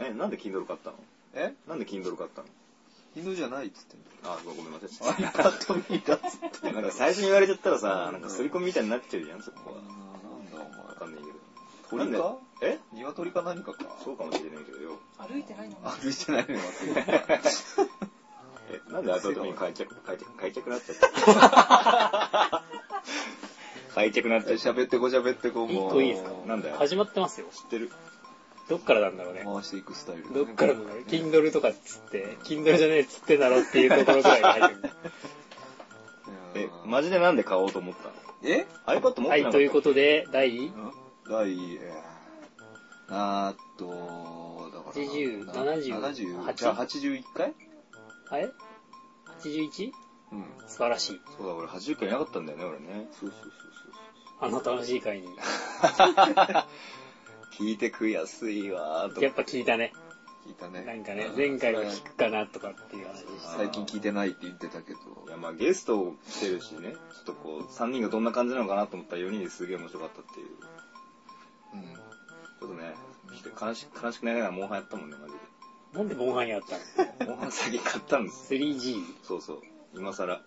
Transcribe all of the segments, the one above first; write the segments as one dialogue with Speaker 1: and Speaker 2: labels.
Speaker 1: え、なんで Kindle 買ったの
Speaker 2: え
Speaker 1: なんで Kindle 買ったの
Speaker 2: 犬じゃないっつってんだよ
Speaker 1: あ、ごめんなさい。
Speaker 2: iPad mini だっつって
Speaker 1: なんか最初に言われちゃったらさ、なんか刷り込みみたいになっちゃうじゃん、そこは。
Speaker 2: あーなんだ
Speaker 1: わかんないけど。
Speaker 2: お前鳥か
Speaker 1: なんでえ
Speaker 2: 鶏か何かか
Speaker 1: そうかもしれないけどよ。
Speaker 3: 歩いてないのか
Speaker 2: 歩いて ないのよ
Speaker 1: え、なんで iPad に買いたく、買いたく、買いたくなっちゃった 買いたくなっちゃった。
Speaker 2: 喋ってこ喋ってこもう
Speaker 4: 一個いいですか
Speaker 1: なんだよ。知っ
Speaker 4: 始まってますよ。
Speaker 1: てる。
Speaker 4: どっからなんだろうね。
Speaker 2: 回していくスタイルだね
Speaker 4: どっからなんだろう。Kindle とかっつって、Kindle じゃねえっつってんだろっていうところぐらいが入ってる。
Speaker 2: いや
Speaker 1: え、
Speaker 2: ー
Speaker 1: マジでなんで買おうと思ったの
Speaker 2: え
Speaker 1: iPad 持ってなかっ
Speaker 4: は
Speaker 1: たの
Speaker 4: い、ということで、第
Speaker 2: 第えーあーっとだから
Speaker 4: 80
Speaker 2: 70
Speaker 4: 78
Speaker 2: じゃあ81回
Speaker 4: あれ ?81?
Speaker 2: うん
Speaker 4: 素晴らしい。
Speaker 1: そうだ、俺80回いなかったんだよね、俺ね。
Speaker 2: そうそうそうそう
Speaker 4: あの楽しい会に。
Speaker 1: 聞いてくやすいわーと
Speaker 4: やっぱ聞いたね。
Speaker 2: 聞いた
Speaker 4: な
Speaker 2: ね
Speaker 4: んかね、前回は聞くかなとかっていう話でした。
Speaker 2: 最近聞いてないって言ってたけど
Speaker 1: いやまあゲストを来てるしね、ちょっとこう、3人がどんな感じなのかなと思ったら4人ですげえ面白かったっていう。
Speaker 2: うん
Speaker 1: ちょっとね、ちょっと悲し悲しくなりながらモンハンやったもんね、マジ
Speaker 4: なんでモンハンやったの
Speaker 1: で。モンハン先買ったんです。
Speaker 4: ?3G。
Speaker 1: そうそう。今更。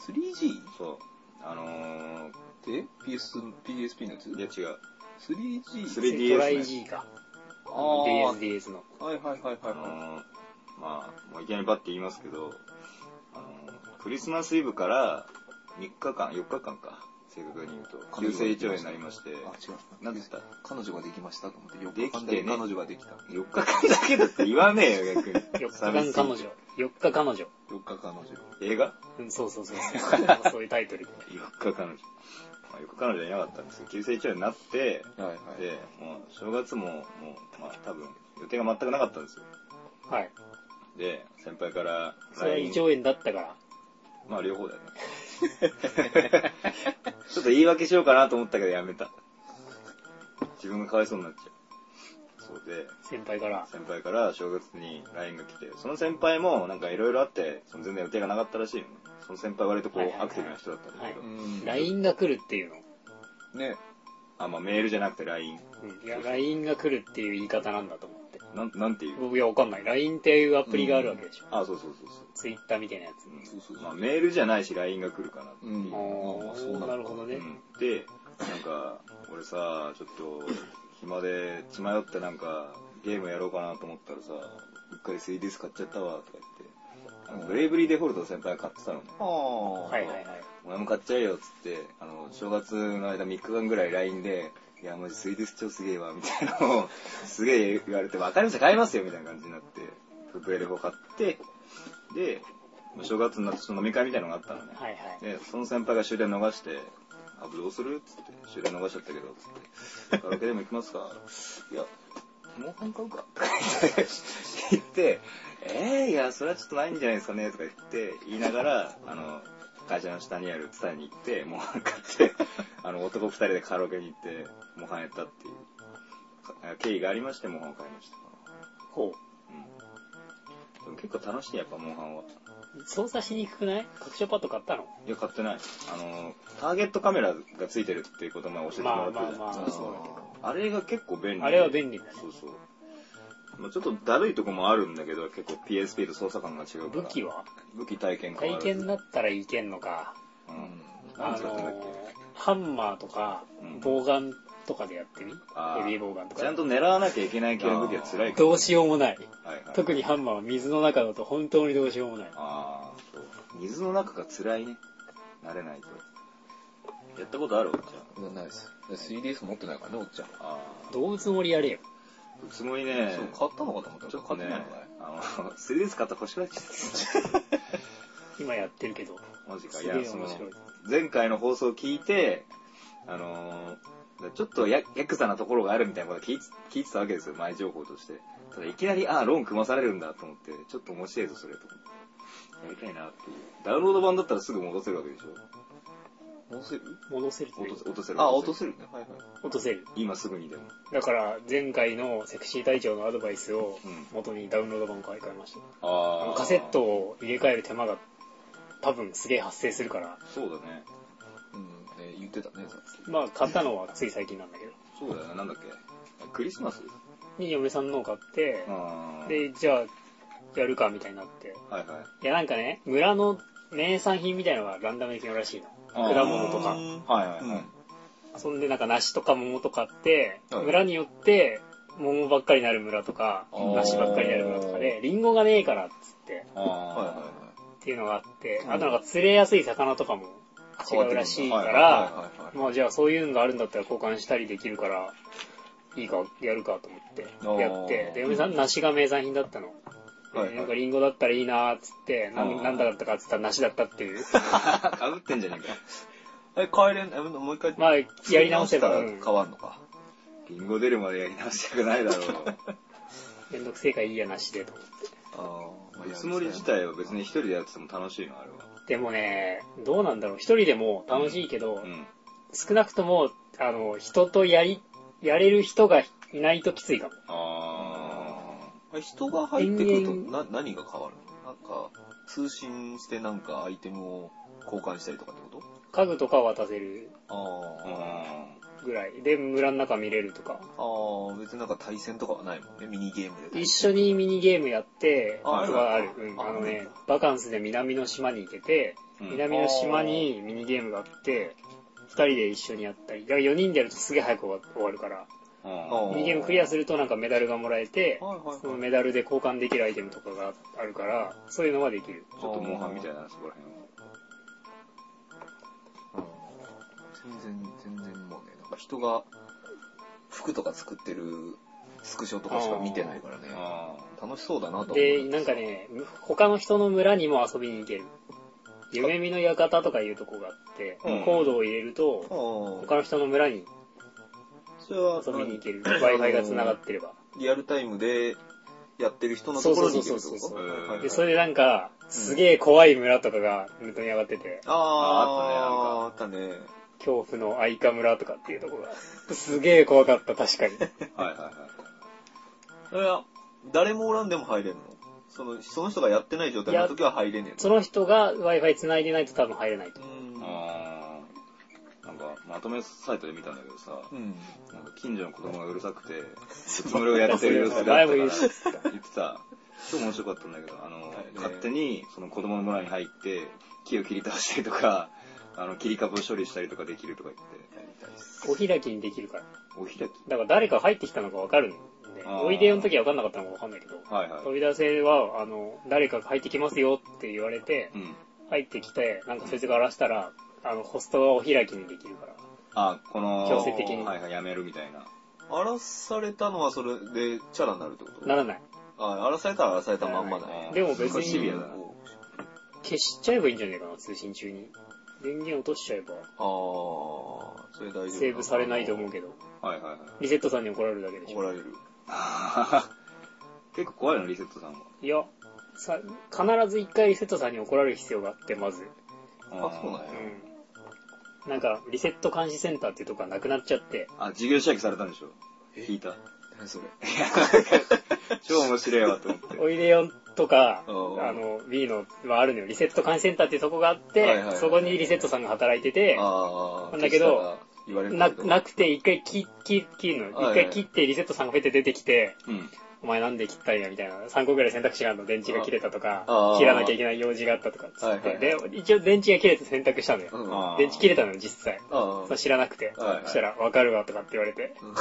Speaker 2: 3G?
Speaker 1: そう。あのー、
Speaker 2: え PS PSP のやつ
Speaker 1: いや違う。
Speaker 2: 3G?
Speaker 1: 3DS ね
Speaker 4: トライ G か。
Speaker 2: あー
Speaker 4: DSDS の。
Speaker 2: はいはいはい
Speaker 1: あの
Speaker 2: は
Speaker 1: ー、まあ、もういきなりバッて言いますけど、あのー、クリスマスイブから3日間、4日間か、正確に言うと、急性胃腸炎になりまして
Speaker 2: い。、あ、違う。
Speaker 1: なんて言った
Speaker 2: 彼女ができましたと思って、4
Speaker 1: で
Speaker 2: 日
Speaker 1: き
Speaker 2: 間
Speaker 1: てね
Speaker 2: で彼女ができた。
Speaker 1: 4日間だけだって言わねえよ、逆に。
Speaker 4: 4日間彼女。4日彼女。
Speaker 2: 4日彼女。
Speaker 1: 映画
Speaker 4: うん、そうそうそうそう。そういうタイトル。
Speaker 1: 4日彼女。まあ、4日彼女はいなかったんですけど、急性胃腸炎になって、
Speaker 2: はいはい。
Speaker 1: で、もう正月も、もう、まあ多分、予定が全くなかったんですよ。
Speaker 4: はい。
Speaker 1: で、先輩から
Speaker 4: それは胃腸炎だったから。
Speaker 1: まあ両方だよね。 ちょっと言い訳しようかなと思ったけどやめた。自分がかわいそうになっちゃう。そうで、
Speaker 4: 先輩から。
Speaker 1: 先輩から正月に LINE が来て、その先輩もなんかいろいろあって、その全然予定がなかったらしいのね。その先輩割とこ
Speaker 4: はいはいは
Speaker 1: うア
Speaker 4: い
Speaker 1: クティブな人だったんだけど
Speaker 4: は、
Speaker 2: うん。
Speaker 4: LINE が来るっていうの。
Speaker 2: ね。
Speaker 1: あ、まあメールじゃなくて LINE。
Speaker 4: うん。いや、LINE が来るっていう言い方なんだと思って。
Speaker 1: なん、なんていう
Speaker 4: 僕、いや、わかんない。LINE っていうアプリがあるわけでしょ。
Speaker 1: あ、そうそうそうそう。
Speaker 4: Twitter みたいなやつ。
Speaker 2: そうそう
Speaker 1: まあメールじゃないし LINE が来るかなっていう。
Speaker 2: うん
Speaker 4: あ
Speaker 2: あそうな
Speaker 4: ー、
Speaker 2: の
Speaker 4: なるほどね。
Speaker 1: うん、でなんか俺さちょっと暇で血迷ってなんかゲームやろうかなと思ったらさうっかり 3DS 買っちゃったわとか言ってあのブレイブリーデフォルトの先輩が買ってたのね
Speaker 2: ああ。
Speaker 4: はいはいはい。
Speaker 1: 俺も買っちゃえよっつってあの正月の間3日間ぐらい LINE で「いやマジ 3DS 超すげえわ」みたいなのを すげえ言われて「わかりました買いますよ」みたいな感じになってブレイデフォ買ってで正月になってその飲み会みたいなのがあったのね
Speaker 4: はいはい。
Speaker 1: で、その先輩が終電逃して、あ、どうするっつって、終電逃しちゃったけど、つって、カラオケでも行きますかいや、モンハン買うかとか言って、えー、いや、それはちょっとないんじゃないですかねとか言って、言いながら、あの、会社の下にあるツタに行って、モンハン買って、あの、男二人でカラオケに行って、モンハンやったっていう、か経緯がありまして、モンハンを買いました。
Speaker 4: ほう。
Speaker 1: うん。でも結構楽しい、やっぱ、モンハンは。
Speaker 4: 操作しにくくない拡張パッド買ったの
Speaker 1: いや、買ってない。あの、ターゲットカメラがついてるっていうことを前教えても
Speaker 4: ま
Speaker 1: ら
Speaker 4: あ
Speaker 1: ったじ
Speaker 4: ま
Speaker 1: ゃ
Speaker 4: あ
Speaker 1: ん。
Speaker 4: まあ、そうだけど。
Speaker 1: あれが結構便利で。
Speaker 4: あれは便利だね
Speaker 1: そうそう。まあ、ちょっとだるいとこもあるんだけど、結構 PSP と操作感が違うから。
Speaker 4: 武器は
Speaker 1: 武器体験変わ
Speaker 4: 体
Speaker 1: らず
Speaker 4: 験だったらいけんのか。
Speaker 1: う
Speaker 2: うん
Speaker 1: ん。何
Speaker 4: あの
Speaker 1: 使ってんだっ
Speaker 4: ー
Speaker 1: け、
Speaker 4: ハンマーとか
Speaker 1: うん、
Speaker 4: 棒ガンとかでやってみ
Speaker 1: あー
Speaker 4: ヘビー棒ガンとか。
Speaker 1: ちゃんと狙わなきゃいけない系の武器は辛いから。
Speaker 4: どうしようもない。
Speaker 1: はいはい。
Speaker 4: 特にハンマーは水の中だと本当にどうしようもない。
Speaker 1: ああ、そう。水の中が辛いね。慣れないと。やったことあるおっちゃん。
Speaker 2: うん。ないです。で 3DS 持ってないからね、おっちゃん。
Speaker 1: ああ。
Speaker 4: どうつもりやれよ。
Speaker 1: うつもりね。
Speaker 2: そう、買ったのかと思ったら、
Speaker 1: ちょっと
Speaker 2: 買って
Speaker 1: ね
Speaker 2: ないのかい、
Speaker 1: あの、3DS 買ったら欲しくなっちゃった。
Speaker 4: 今やってるけど。
Speaker 1: マジか。
Speaker 4: す
Speaker 1: い
Speaker 4: げえ
Speaker 1: や、その
Speaker 4: 面白い、
Speaker 1: 前回の放送を聞いて、あのーちょっとヤヤクザなところがあるみたいなことを聞い聞いてたわけですよ、前情報として。ただ、いきなり、ああ、ローン組まされるんだと思って、ちょっと面白いぞ、それと思って。やりたいなっていう。ダウンロード版だったらすぐ戻せるわけでしょ
Speaker 2: 戻せる
Speaker 4: 戻せるとい
Speaker 1: 落
Speaker 4: う
Speaker 1: とせ落とせる。
Speaker 2: あ、落と
Speaker 1: る。
Speaker 2: せるね。はいはい。
Speaker 4: 落とせる。
Speaker 1: 今すぐにでも。
Speaker 4: だから、前回のセクシー隊長のアドバイスを
Speaker 1: うん
Speaker 4: 元にダウンロード版を買い替えました。あ
Speaker 1: あ
Speaker 4: のカセット。を入れ替える手間が多分すげえ発生するから、
Speaker 1: そうだね。
Speaker 2: うん。ね、言ってたね、さっき。
Speaker 4: まあ買ったのはつい最近なんだけど。
Speaker 1: そうだよね、なんだっけ。クリスマス
Speaker 4: に嫁さんのを買って、
Speaker 1: あー
Speaker 4: で、じゃあ、やるか、みたいになって。
Speaker 1: はいはい。
Speaker 4: いや、なんかね、村の名産品みたいなのがランダムで決めるらしいの。
Speaker 1: あー
Speaker 4: 果物とか
Speaker 1: はいはいはい。
Speaker 2: うん
Speaker 4: そんで、なんか梨とか桃とかって、
Speaker 1: はい
Speaker 4: 村によって、桃ばっかりなる村とか、
Speaker 1: あー
Speaker 4: 梨ばっかりなる村とかで、リンゴがねえから、っつって、
Speaker 1: ああ。
Speaker 2: はいは
Speaker 4: っていうのがあって、
Speaker 2: うん
Speaker 4: あとなんか釣れやすい魚とかも違うらしいか
Speaker 1: 変
Speaker 2: いはい
Speaker 4: ら、
Speaker 2: はいはい。
Speaker 4: まあじゃあそういうのがあるんだったら交換したりできるから、いいか、やるかと思って、やって
Speaker 1: あー、
Speaker 4: で、嫁さん、梨が名産品だったの。で
Speaker 1: はいはい
Speaker 4: なんかリンゴだったらいいなーっつって、な
Speaker 1: あー
Speaker 4: んなんだったかっつったら梨だったっていう。
Speaker 1: かぶ ってんじゃねえか。
Speaker 2: え、帰れん、えもう一回。
Speaker 4: まあ、やり直せば、
Speaker 2: ら
Speaker 4: う
Speaker 2: 変
Speaker 4: ん
Speaker 2: わんのか。
Speaker 1: リンゴ出るまでやり直したくないだ ろう。
Speaker 4: めんどくせえからいいや、梨でと思って。
Speaker 2: ああ、
Speaker 1: 見積もり自体は別に一人でやってても楽しいの、あれは。
Speaker 4: でもね、どうなんだろう。一人でも楽しいけど、
Speaker 1: うん。
Speaker 4: 少なくとも、あの、人とやり、やれる人がいないときついかも。
Speaker 1: あ
Speaker 2: あ人が入ってくると
Speaker 4: 人
Speaker 2: な何が変わるのなんか通信してなんかアイテムを交換したりとかってこと
Speaker 4: 家具とかは渡せる
Speaker 1: あ。
Speaker 2: あ
Speaker 1: う
Speaker 4: ぐらい。で、村の中見れるとか。
Speaker 2: あー別になんか対戦とかはないもんねミニゲームで
Speaker 4: 一緒にミニゲームやって、
Speaker 2: あ
Speaker 4: あ
Speaker 1: ある
Speaker 4: はある。
Speaker 2: ある
Speaker 4: うん
Speaker 2: あ
Speaker 4: あの
Speaker 2: あるん
Speaker 4: ね
Speaker 2: だ、
Speaker 4: バカンスで南の島に行けて、
Speaker 1: ん。うん。
Speaker 4: 南の島にミニゲームがあって、二人で一緒にやったり。だから4人でやるとすげえ早く終わ終わるから。
Speaker 1: あ
Speaker 2: ー
Speaker 4: ミニゲームクリアするとなんかメダルがもらえて、
Speaker 2: はいはい
Speaker 4: その
Speaker 2: はい
Speaker 4: メダルで交換できるアイテムとかがあるから、そういうのはできる。
Speaker 1: ちょっとモンハンみたいな、そこら辺は。
Speaker 2: 全然全然もうねなんか人が服とか作ってるスクショとかしか見てないからね
Speaker 1: あ
Speaker 2: 楽しそうだなと思う
Speaker 4: で、なんかね、他の人の村にも遊びに行ける。夢見の館とかいうとこがあって、
Speaker 1: うん
Speaker 4: コードを入れる
Speaker 2: あ
Speaker 4: と、
Speaker 2: ー
Speaker 4: 他の人の村に
Speaker 2: それは
Speaker 4: 遊びに行ける。Wi-Fi が繋がってれば。
Speaker 2: リアルタイムでやってる人のところに行けるって
Speaker 4: そう
Speaker 2: こ
Speaker 4: そう
Speaker 2: と
Speaker 4: そう
Speaker 1: そう
Speaker 2: はいはいはい
Speaker 4: で、それでなんか、すげえ怖い村とかがネットに上がってて、
Speaker 2: あーあったねなんかあったね
Speaker 4: 恐怖のアイカ村とかっていうとこが、すげえ怖かった、確かに。
Speaker 1: あ。はいはいはい。
Speaker 2: それは、誰もおらんでも入れるのその、その人がやってない状態の時は入れねえ
Speaker 4: その人が Wi-Fi 繋いでないと多分入れないと
Speaker 2: の。うん
Speaker 1: あーなんか、まとめサイトで見たんだけどさ、
Speaker 2: うん。
Speaker 1: なんか近所の子供がうるさくて、それをやってる様子があったか
Speaker 4: 前
Speaker 1: ら、
Speaker 4: も
Speaker 1: 言
Speaker 4: 言う
Speaker 1: っ
Speaker 4: して
Speaker 1: た。超面白かったんだけど、あの、
Speaker 2: はい
Speaker 1: 勝手に、その子供の村に入って、木を切り倒したりとか、あの、切り株を処理したりとかできるとか言って、
Speaker 2: やりたいっす。
Speaker 4: お開きにできるから。
Speaker 1: お開き
Speaker 4: だから誰か入ってきたのかわかるんで、
Speaker 1: あー
Speaker 4: おいでよの時はわかんなかったのかわかんないけど、
Speaker 1: はいはい
Speaker 4: 飛。び出せは、あの、誰か入ってきますよって言われて、
Speaker 1: うん。
Speaker 4: 入ってきて、なんかそいつが荒らしたら、あの、ホストはお開きにできるから。
Speaker 1: あ、この、
Speaker 4: 強制的に
Speaker 1: はいはい、やめるみたいな。
Speaker 2: 荒らされたのはそれでチャラになるってこと
Speaker 4: ならない。
Speaker 2: あ荒らされたら荒らされたまんまだ
Speaker 1: ならない
Speaker 2: ね。
Speaker 4: でも
Speaker 1: す
Speaker 4: 別
Speaker 1: ごいシビア
Speaker 4: に
Speaker 1: だな
Speaker 4: 消しちゃえばいいんじゃないかな、通信中に。電源落としちゃえば、
Speaker 2: あー、それ大丈夫。
Speaker 4: セーブされないと思うけど。
Speaker 1: はいはいはい。
Speaker 4: リセットさんに怒られるだけでし
Speaker 2: 怒
Speaker 4: ょ。
Speaker 2: られる。
Speaker 1: 結構怖いの、リセットさんも。
Speaker 4: いや、さ、必ず一回リセットさんに怒られる必要があって、まず。
Speaker 2: あ、そうなんや。
Speaker 4: うん。なんか、リセット監視センターっていうとこがなくなっちゃって、
Speaker 1: あ、事業仕分けされたんでしょ聞いた。
Speaker 2: 何それ。
Speaker 1: 超面白いわと思 って。
Speaker 4: おいでよとか、あ
Speaker 2: うん
Speaker 4: の、B のはあるのよ。リセット管理センターっていうとこがあっ
Speaker 2: はいはい
Speaker 4: て
Speaker 2: は、い
Speaker 4: そこにリセットさんが働いてて、
Speaker 2: あー、
Speaker 4: だけど
Speaker 2: 消したら言われるん
Speaker 4: な
Speaker 2: だけど
Speaker 4: なくて一回切切切るの
Speaker 2: はいは
Speaker 4: よ。一
Speaker 2: い
Speaker 4: 回切ってリセットさんがペって出てきて、
Speaker 1: うん。
Speaker 4: お前なんで切ったんやみたいな。3個ぐらい選択肢があるの。電池が切れたとか
Speaker 2: あ、あ
Speaker 4: 切らなきゃいけない用事があったとかっつっ
Speaker 2: はい
Speaker 4: て。
Speaker 2: はい
Speaker 4: で、一応電池が切れて選択したのよ。
Speaker 2: うん
Speaker 1: あ
Speaker 2: あ
Speaker 1: ー
Speaker 4: 電池切れたのよ、実際。そ
Speaker 2: ー
Speaker 4: れ知らなくて。
Speaker 2: はいはい
Speaker 4: そしたら、わかるわとかって言われて、
Speaker 2: うん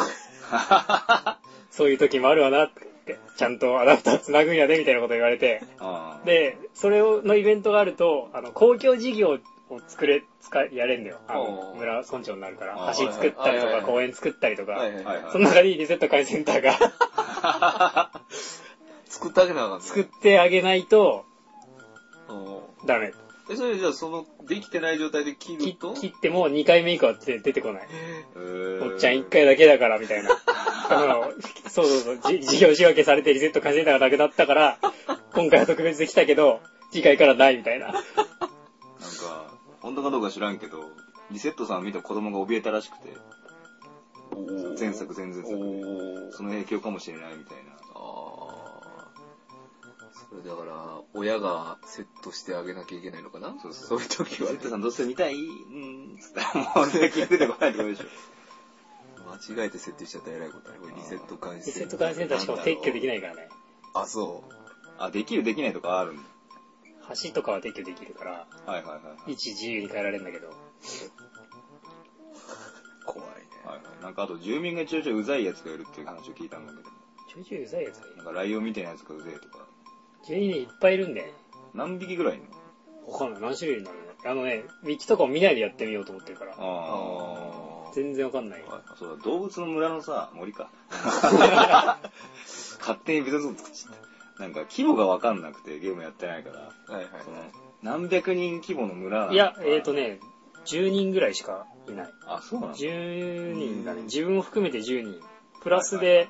Speaker 4: そういう時もあるわなって言って、ちゃんとアダプター繋ぐんやでみたいなこと言われて、
Speaker 1: あー
Speaker 4: で、それをのイベントがあると、あの、公共事業を作れ、使いやれんだよ。あの、
Speaker 2: おー
Speaker 4: 村村長になるから
Speaker 1: あ。ー
Speaker 4: 橋作ったりと
Speaker 2: はいはいは
Speaker 4: か、
Speaker 2: い
Speaker 4: 公園作ったりと
Speaker 2: は
Speaker 4: か
Speaker 2: い。はい
Speaker 1: はい
Speaker 2: は
Speaker 1: はいい。
Speaker 4: その中にリセット会センターが
Speaker 2: 作ってあげなあかんね
Speaker 4: 作ってあげないと
Speaker 2: うん
Speaker 4: ダメ。
Speaker 2: え、それじゃあその、できてない状態で切る
Speaker 4: 切
Speaker 2: と
Speaker 4: 切っても2回目以降は出てこない。
Speaker 1: えー
Speaker 4: おっちゃん1回だけだから、みたいな。あのそうそうそう、じ事業仕分けされてリセット会センターがなくなったから、今回は特別できたけど、次回からないみたいな。
Speaker 1: なんか、本当かどうか知らんけど、リセットさんを見た子供が怯えたらしくて、前作前々作で、
Speaker 2: お
Speaker 1: その影響かもしれないみたいな。
Speaker 2: あーそれだから、親がセットしてあげなきゃいけないのかな
Speaker 1: そうそう
Speaker 2: そういう時
Speaker 1: リ
Speaker 2: は
Speaker 1: セ
Speaker 2: ね
Speaker 1: ットさんどうせ見たいうん、つったら、もう全然出てこないってことでしょ。
Speaker 2: 間違えて設定しちゃったらえらいことある。これリセット管理。
Speaker 4: リセット管理センターしかも撤去できないいからね。
Speaker 2: あ、そう。
Speaker 1: あ、できるできないとかあるんだ。
Speaker 4: 橋とかは撤去できるから、
Speaker 1: はいはいはい。
Speaker 4: 位置自由に変えられるんだけど。
Speaker 2: 怖いね。
Speaker 1: はいはい、なんかあと住民がちょいちょいうざいやつがいるっていう話を聞いたんだけど、
Speaker 4: ちょいちょいうざいやつがいる
Speaker 1: なんかライオンみたいなやつがうぜえとか、
Speaker 4: 住人いっぱいいるんで、
Speaker 1: 何匹ぐらいいんの
Speaker 4: わかんない。何種類になるのあのね、ウィキとかを見ないでやってみようと思ってるから。
Speaker 1: あ
Speaker 4: 全然わかんない
Speaker 1: あ。。はいそうだ、動物の村のさ、森 か。勝手に別のとこ作っちゃった。なんか規模がわかんなくてゲームやってないから、
Speaker 2: はいはい。
Speaker 1: その、何百人規模の村なんだ
Speaker 4: いや、えーと。ね、10人ぐらいしかいない。
Speaker 1: あ、そうなんだ。
Speaker 4: 10人だね。
Speaker 2: うん
Speaker 4: 自分を含めて10人。プラスで、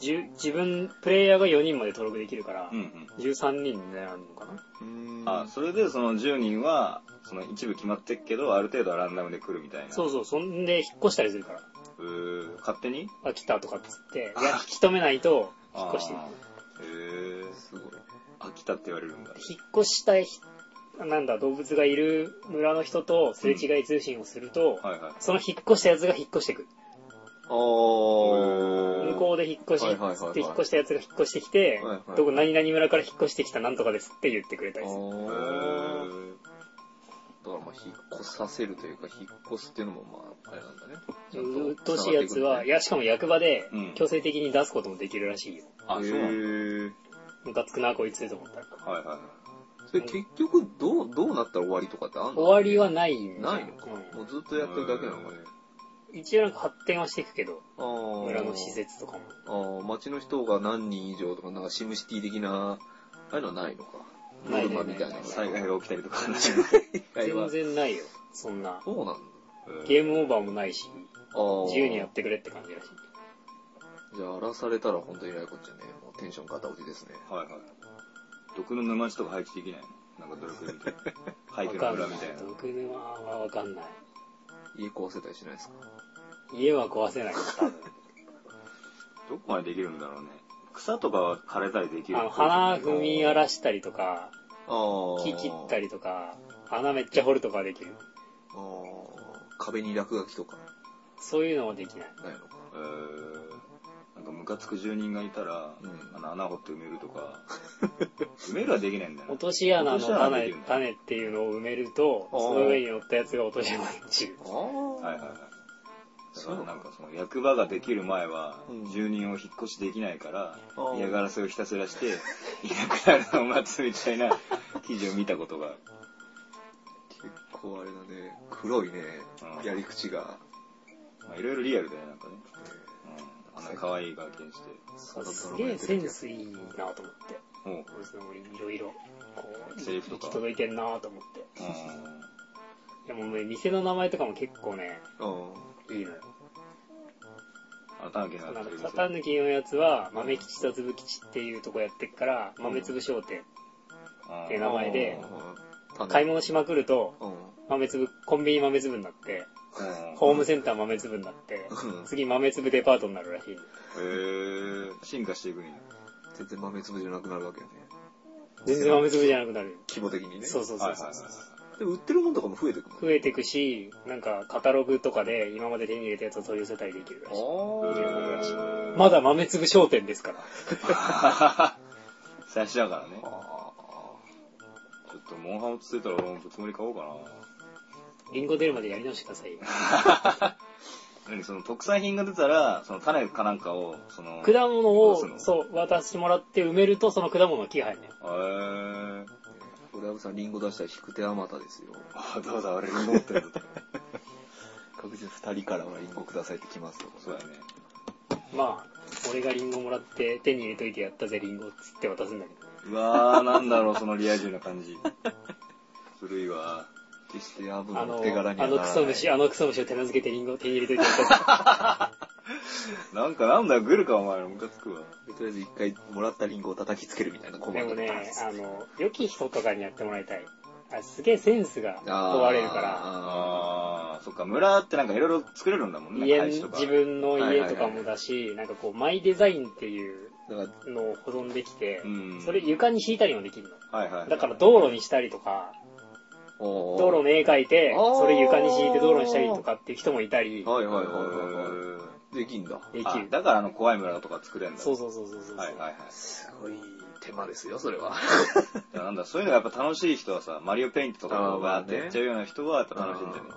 Speaker 4: 10自分、プレイヤーが4人まで登録できるから
Speaker 1: はいはいはい。う、ん
Speaker 4: 13人になるのかな
Speaker 2: うー
Speaker 1: うんん。あ、それでその10人は、その一部決まってっけど、ある程度はランダムで来るみたいな。。
Speaker 4: そううそう、そんで引っ越したりするから。
Speaker 1: ー勝手に
Speaker 4: あ、来たとかっつって、いや、引き止めないと、引っ越していく
Speaker 1: あーへえ。
Speaker 2: すごい。
Speaker 1: 飽きたって言われるんだ。
Speaker 4: 引っ越したい人、なんだ、動物がいる村の人とすれ違い通信をすると、
Speaker 1: はいはい。
Speaker 4: その引っ越したやつが引っ越してく。
Speaker 2: お
Speaker 4: 向
Speaker 2: ー。
Speaker 4: こうで引っ越し
Speaker 2: はいはいはいはい
Speaker 4: って引っ越したやつが引っ越してきて
Speaker 2: はいは、い
Speaker 4: どこ何々村から引っ越してきたなんとかですって言ってくれたりする。
Speaker 1: へ
Speaker 2: おー。
Speaker 1: ー
Speaker 2: だからまあ引っ越させるというか、引っ越すっていうのもまあ、あれなんだね。ちゃんと
Speaker 4: うっとうしいや
Speaker 2: 繋がっていく
Speaker 4: つは、い
Speaker 2: んだね
Speaker 4: や、しかも役場で
Speaker 1: うん
Speaker 4: 強制的に出すこともできるらしいよ。
Speaker 1: あ、そうなんだ。
Speaker 2: へー
Speaker 4: ムカつくな、こいつと思ったら。
Speaker 1: はいはいはい。
Speaker 2: それ結局、どう、どうなったら終わりとかってあんの
Speaker 4: 終わりはないんだ
Speaker 2: ない
Speaker 4: よ
Speaker 2: のか。もうずっとやってるだけなのかね。
Speaker 4: うん一応なんか発展はしていくけど、
Speaker 2: あー
Speaker 4: 村の施。設とかも。
Speaker 2: あー町の人が何人以上とか、なんかシムシティ的な、ああいうのはないのか。
Speaker 4: な
Speaker 2: ノ
Speaker 4: い
Speaker 2: ル
Speaker 4: ね
Speaker 2: マみたいなのが。
Speaker 1: 災害が起きたりとか。
Speaker 4: 全然ないよ、そんな。
Speaker 2: そうなんだ。
Speaker 4: ゲームオーバーもないし、
Speaker 2: あー
Speaker 4: 自由にやってくれって感じらしい。
Speaker 2: じゃあ、荒らされたら本当にえらいこっちゃね。もうテンションガタ落ちですね。
Speaker 1: はいはい。毒の沼地とか配置できないのなんかドラクエみたいな。廃墟の
Speaker 4: わ
Speaker 1: 村
Speaker 4: か
Speaker 1: み
Speaker 4: んな
Speaker 1: たい
Speaker 4: い。
Speaker 1: な。
Speaker 4: 毒沼はわかんない。
Speaker 2: 家壊せたりしないですか
Speaker 4: 家は壊せないよ、 多分。
Speaker 1: どこまでできるんだろうね。草とかは枯れたりできる。
Speaker 4: あの、花踏み荒らしたりとか、
Speaker 2: ああ
Speaker 4: 木切った
Speaker 2: り。
Speaker 4: りとか、穴めっちゃ掘るとかはできる。
Speaker 2: あー壁に落書きとか、
Speaker 4: そういうのはできない。
Speaker 2: ないのか。
Speaker 1: えーなんかムカつく住人がいたら、
Speaker 2: うん
Speaker 1: あの穴掘って埋めるとか。 埋めるはできないんだよ
Speaker 4: 落
Speaker 1: ね。
Speaker 4: とし穴の
Speaker 1: 落とし穴でき
Speaker 4: 種
Speaker 1: るんだ
Speaker 4: 種っていうのを埋めると、
Speaker 2: あー
Speaker 4: その上に乗ったやつが落とし穴に落ちる。
Speaker 2: あ
Speaker 1: はいはい
Speaker 2: あ
Speaker 1: はい。だからなんかその役場ができる前は
Speaker 2: うん
Speaker 1: 住人を引っ越しできないから
Speaker 2: あー
Speaker 1: 嫌がらせをひたすらして いなくなるのを待つみたいな記事を見たことが
Speaker 2: 結構あれだね、黒いね
Speaker 1: う、ん
Speaker 2: やり口が。
Speaker 1: まあいろいろリアルだよねなんかね、
Speaker 2: えー
Speaker 1: うん、あんな可愛い外見して
Speaker 2: サラサラ
Speaker 4: すげえセンスいいなと思って。
Speaker 1: おう
Speaker 4: こいつの俺いろいろ、こう、
Speaker 1: セリフとか
Speaker 4: 行き届いてんなと思って。
Speaker 1: うん
Speaker 4: でもね、店の名前とかも結構ね、
Speaker 2: うん。
Speaker 4: いいのよ。
Speaker 1: あのタヌキの
Speaker 4: な
Speaker 1: や
Speaker 4: んか
Speaker 1: つ
Speaker 4: サタヌキのやつは、豆吉と粒吉っていうとこやってっから、豆粒商店。って名前で
Speaker 2: 種、
Speaker 4: 買い物しまくると、
Speaker 2: うん。
Speaker 4: 豆粒、コンビニ豆粒になって、ホームセンター豆粒になって、
Speaker 2: うん
Speaker 4: 次豆粒デパートになるらしい。
Speaker 1: へえ進化していくんや
Speaker 2: 全然豆粒じゃなくなるわけよね。
Speaker 4: 全然豆粒じゃなくなる。
Speaker 2: 規模的にね。
Speaker 4: そうそうそうそう。
Speaker 1: は
Speaker 2: でも売ってるもんとかも増えてくもん
Speaker 4: 増えてくし、なんかカタログとかで今まで手に入れたやつを取り寄せたりできるらしい。
Speaker 1: いはい
Speaker 2: あ
Speaker 1: はいへー
Speaker 4: まだ豆粒商店ですから。
Speaker 1: 最初だからね
Speaker 2: あ。あ
Speaker 1: ちょっとモンハン落ち着いたら俺もぶつもり買おうかな
Speaker 4: リンゴ出るまでやり直してくださいよ。
Speaker 1: 何その特産品が出たら、その種かなんかを、その、
Speaker 4: 果
Speaker 1: へ
Speaker 4: 物
Speaker 1: どうすん
Speaker 4: を、
Speaker 1: の
Speaker 4: そう、渡してもらって埋めるとその果物の木が入るのよ。
Speaker 1: ぇー。
Speaker 2: あ。ね小籔さん、リンゴ出したら引く手あまたですよ。
Speaker 1: あ、どうだ、俺が持ってるぞと。
Speaker 2: 確実二人からはリンゴくださいってきますよ。
Speaker 1: そうだよね。
Speaker 4: まあ、俺がリンゴもらって手に入れといてやったぜリンゴっつって渡すんだけど。
Speaker 1: うわー、なんだろう、そのリア充な感じ。古いわ。
Speaker 2: 決してアブ
Speaker 4: あ
Speaker 2: の
Speaker 4: の、
Speaker 2: 手柄には
Speaker 4: あ
Speaker 2: な
Speaker 4: の
Speaker 2: らな
Speaker 4: ク
Speaker 2: い。
Speaker 4: ソ虫、あのクソ虫を手なずけてリンゴを手に入れといてやったぜ。
Speaker 1: なんかなんだよ、グルか、お前ら。ムカつくわ。
Speaker 2: でとりあえず一回もらったリンゴを叩きつけるみたいなコマ
Speaker 4: で
Speaker 2: ン
Speaker 4: も
Speaker 2: ド
Speaker 4: ね
Speaker 2: バーン、
Speaker 4: あの、良き人とかにやってもらいたい。あすげえセンスが問
Speaker 2: あー
Speaker 4: われるか
Speaker 1: あー、そっか、村ってなんかいろいろ作れるんだもん
Speaker 4: ら、
Speaker 1: ね。
Speaker 4: 家、
Speaker 1: なんか配置とか
Speaker 4: 自。分の家とかもだし、なんかこう、マイデザインっていう
Speaker 2: だか
Speaker 4: のを保存できて
Speaker 1: う、ん。
Speaker 4: それ床に敷いたりもできるの。
Speaker 1: はいはい。
Speaker 4: だから、道路にしたりとか、
Speaker 2: ら、おー
Speaker 4: 道路の絵描いて、
Speaker 2: あー
Speaker 4: それ床に敷いて道路にしたりとかっていう人もいたり、
Speaker 2: は
Speaker 1: は
Speaker 2: いはいい
Speaker 1: は
Speaker 2: はいい
Speaker 1: は
Speaker 2: はいい
Speaker 1: は。
Speaker 2: はいできんだ。
Speaker 4: でき
Speaker 1: あ
Speaker 4: る。
Speaker 1: だからあの怖い村とか作れんだ。
Speaker 4: そうそうそうそうそう。
Speaker 1: はいはいはい。
Speaker 2: すごい手間ですよ、それは。
Speaker 1: いやなんだ、そういうのがやっぱ楽しい人はさ、マリオペイントとか
Speaker 2: あーま
Speaker 1: バ
Speaker 2: あ
Speaker 1: ー
Speaker 2: ね
Speaker 1: ってやっちゃうような人はやっぱ楽しいんだよね。
Speaker 2: は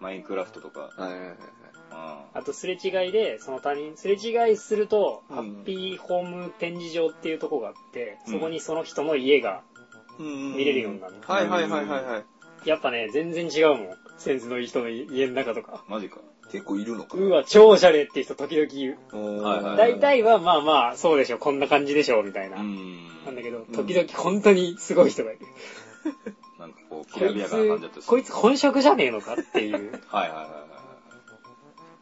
Speaker 1: マインクラフトとか。
Speaker 2: いはいはいはい。
Speaker 1: う
Speaker 4: あと、すれ違いで、その他人、すれ違いすると、
Speaker 2: うん
Speaker 4: ハッピーホーム展示場っていうとこがあって、
Speaker 1: うん
Speaker 4: そこにその人の家が、
Speaker 2: 見
Speaker 4: 見れるようになる
Speaker 2: はいはいはいはいはい。
Speaker 4: やっぱね、全然違うもん。センスのいい人の家の中とか。
Speaker 1: ん。マジか。
Speaker 2: 結構いるのかな。
Speaker 4: うわ、超おしゃれって人時々言う。
Speaker 1: はいはい
Speaker 4: 大体は、まあまあ、そうでしょ、こんな感じでしょ、みたいうな。
Speaker 1: ん。
Speaker 4: なんだけど、時々本当にすごい人がいる。
Speaker 1: なんかこう、き
Speaker 4: こ
Speaker 1: らび
Speaker 4: い
Speaker 1: やかな感じだったり
Speaker 4: つ、
Speaker 1: する
Speaker 4: こいつ本職じゃねえのかって いう、
Speaker 1: はいはいはいはいはい。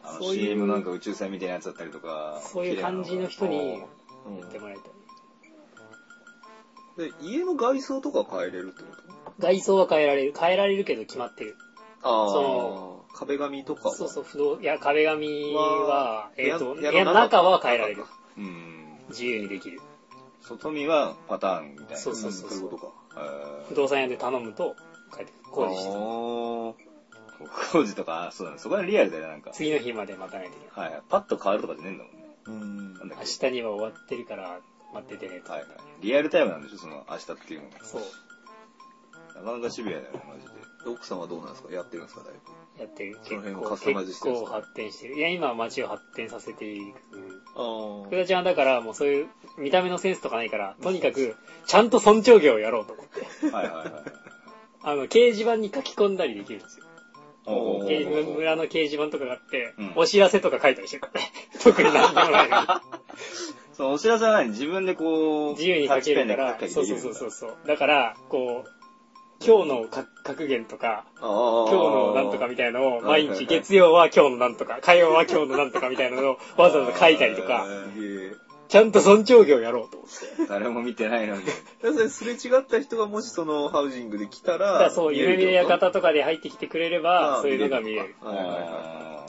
Speaker 1: あの
Speaker 4: そういう
Speaker 1: CM なんか宇宙船みたいなやつだったりとか。
Speaker 4: そういう感じの人に言って
Speaker 2: でも
Speaker 4: もらいたい。
Speaker 2: で家の外装とか変えれるってこと
Speaker 4: 外装は変えられる。変えられるけど決まってる。
Speaker 2: ああ、
Speaker 4: その
Speaker 2: 壁紙とかは
Speaker 4: そうそう、不動、いや、壁紙は
Speaker 2: は、
Speaker 4: えっ、と、部
Speaker 2: 部屋
Speaker 4: 屋の中は変えられる。
Speaker 1: うん。
Speaker 4: 自由にできる。
Speaker 1: 外見はパターンみたいな。
Speaker 4: そうそうそう
Speaker 2: うん
Speaker 4: そ
Speaker 2: そうういうこ
Speaker 1: えー
Speaker 4: 不動産屋で頼むと、帰ってくる。
Speaker 2: とか。
Speaker 4: 工事して。
Speaker 1: 工事とか、そうだね。そこはリアルだよね、なんか。
Speaker 4: 次の日まで待たないといけない。
Speaker 1: はいはい。パッと変わるとかじゃねえんだもんね。
Speaker 2: あーうん
Speaker 1: なんだっ
Speaker 4: 明
Speaker 1: け。
Speaker 4: 日には終わってるから、待っててねと。
Speaker 1: はいはい。リアルタイムなんでしょ、その明日っていうのが。
Speaker 4: そう。
Speaker 1: なかなかシビアだよね、マジで。
Speaker 2: 奥さんはどうなんですかやってるんですかだいぶ。
Speaker 4: やってる。
Speaker 2: その
Speaker 4: 結
Speaker 2: 辺を
Speaker 4: 構、
Speaker 2: カスタマイズ
Speaker 4: 結
Speaker 2: してるんで
Speaker 4: 構
Speaker 2: すか
Speaker 4: 発展してる。いや、今は街を発展させていく。福
Speaker 2: あ
Speaker 4: 田ちゃんはだから、もうそういう見た目のセンスとかないから、とにかく、ちゃんと尊重業をやろうと思って。
Speaker 1: はいはいはいはい。
Speaker 4: あの、掲示板に書き込んだりできるんですよ。
Speaker 1: おー
Speaker 4: 掲示村の掲示板とかがあって、
Speaker 1: うん
Speaker 4: お知らせとか書いたりしてるからね。 特に何でもないから。
Speaker 1: そのお知らせは何自分でこう、
Speaker 4: 自由に書けるか
Speaker 1: タッ
Speaker 4: ら
Speaker 1: チペン、で書
Speaker 4: そう
Speaker 1: き
Speaker 4: そ
Speaker 1: ゃい
Speaker 4: う
Speaker 1: け
Speaker 4: そうそ
Speaker 1: る
Speaker 4: うそう。だから、こう、今日のか格言とか、
Speaker 2: あ。今
Speaker 4: 今日のなんとかみたいのを、
Speaker 2: はい
Speaker 4: 毎
Speaker 2: はいは
Speaker 4: 日、
Speaker 2: い
Speaker 4: 月曜は今日のなんとか、火曜は今日のなんとかみたいなのを わざわざ書いたりと
Speaker 1: あ
Speaker 4: か、
Speaker 1: ー
Speaker 2: え
Speaker 4: ちゃんと尊重業やろうと思って。
Speaker 1: んだ。誰も見てないのに。
Speaker 2: だからそれすれ違った人がもしそのハウジングで来た
Speaker 4: だから
Speaker 2: ら、
Speaker 4: そう、
Speaker 2: 見
Speaker 4: 夢
Speaker 2: れ
Speaker 4: 見
Speaker 2: る
Speaker 4: れ
Speaker 2: ってこと
Speaker 4: 館とかで入ってきてくれれば、そういうのが見れる。。
Speaker 2: あーはいはいはい。
Speaker 1: あ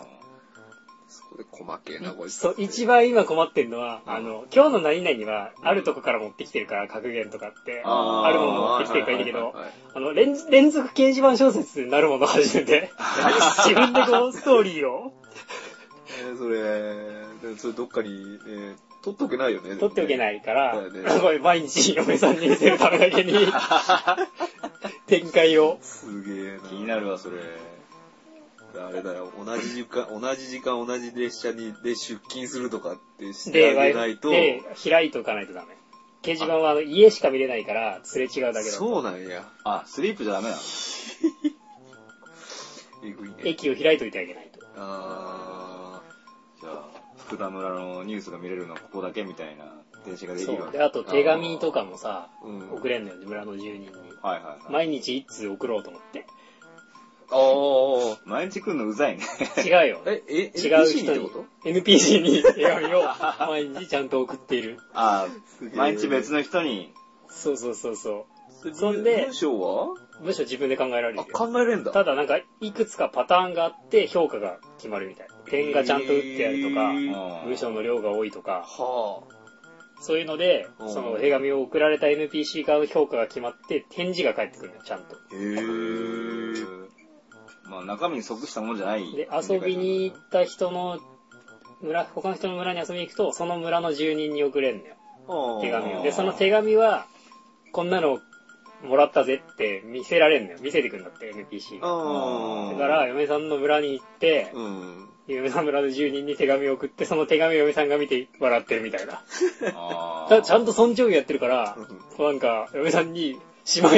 Speaker 2: そこで細けえな、こいつ。
Speaker 4: そう、一番今困ってるのは、あの、今日の何々は、あるとこから持ってきてるから、格言とかって、
Speaker 1: あ
Speaker 4: あ
Speaker 1: ー
Speaker 4: るもの持ってきてるからいいんだけ
Speaker 2: は
Speaker 4: ど
Speaker 2: は、はい
Speaker 4: あの、連連続掲示板小説になるもの初めて、 自分でこう、ストーリーを
Speaker 2: えーそれ、でそれどっかに、えー取っとけないよね。
Speaker 4: 取っておけ
Speaker 2: い。
Speaker 4: ないから
Speaker 2: そうだ、ね
Speaker 4: これ毎日嫁さんに見せるため だけに、展開を。
Speaker 2: すげえな。
Speaker 1: ー気になるわ、それ。
Speaker 2: あれだよ、同じ時間、同じ時間、同じ列車に、で出勤するとかってして
Speaker 4: で、
Speaker 2: あげないと、
Speaker 4: で、開いておかないとダメ。掲示板はあの家しか見れないから、すれ違うだけだ。
Speaker 2: そうなんや。
Speaker 1: あ、スリープじゃダメなの
Speaker 2: えぐいね。
Speaker 4: 駅を開いといてあげないと。
Speaker 2: あ
Speaker 1: じゃあ、福田村のニュースが見れるのはここだけみたいな電子ができ
Speaker 4: そ
Speaker 1: るわ
Speaker 4: う。
Speaker 1: け。
Speaker 4: で、あと手紙とかもさ、
Speaker 2: ー、うん。
Speaker 4: 送れんのよ、村の住人に。
Speaker 1: はいはいはい。
Speaker 4: 毎日一通送ろうと 思って。
Speaker 2: あー
Speaker 1: 毎日来んのうざいね。
Speaker 4: 違うよ。
Speaker 2: え、え、
Speaker 4: 違う
Speaker 2: NPC
Speaker 4: 人
Speaker 2: ってこ
Speaker 4: に
Speaker 2: と、
Speaker 4: NPC に手紙を毎日ちゃんと送っている。
Speaker 1: あ
Speaker 2: げ
Speaker 1: ー
Speaker 2: え
Speaker 1: 毎日別の人に、
Speaker 4: そうそうそうそ
Speaker 2: そ
Speaker 4: そんで
Speaker 2: 文章は
Speaker 4: う。むしろ自分で考えられる
Speaker 2: あ、
Speaker 4: よ。
Speaker 2: 考えれんだ。
Speaker 4: ただなんか、いくつかパターンがあって評価が決まるみたい。点がちゃんと打ってあるとか
Speaker 2: へ、
Speaker 1: う
Speaker 2: ー
Speaker 1: ん
Speaker 4: 文章の量が多いとか、
Speaker 2: は
Speaker 4: そういうので、
Speaker 2: うん
Speaker 4: その手紙を送られた NPC 側の評価が決まって、返事が返ってくるの、ちゃんと。
Speaker 2: ぁ。へ
Speaker 1: へ
Speaker 2: ぇ
Speaker 1: ーまあ中身に即したもんじゃない。
Speaker 4: で、遊びに行った人の、村、他の人の村に遊びに行くと、その村の住人に送れるのよ、手紙を。で、その手紙は、こんなのもらったぜって見せられるのよ。見せてくるんだって、NPC が。
Speaker 2: あ
Speaker 1: ー
Speaker 4: だ
Speaker 2: あ。
Speaker 4: から、嫁さんの村に行って、
Speaker 2: うん。
Speaker 4: 嫁さん村の住人に手紙を送って、その手紙を嫁さんが見て笑ってるみたいな。
Speaker 1: あー
Speaker 4: ただちゃんと尊重業やってるから、こうなんか、嫁さんに、姉妹、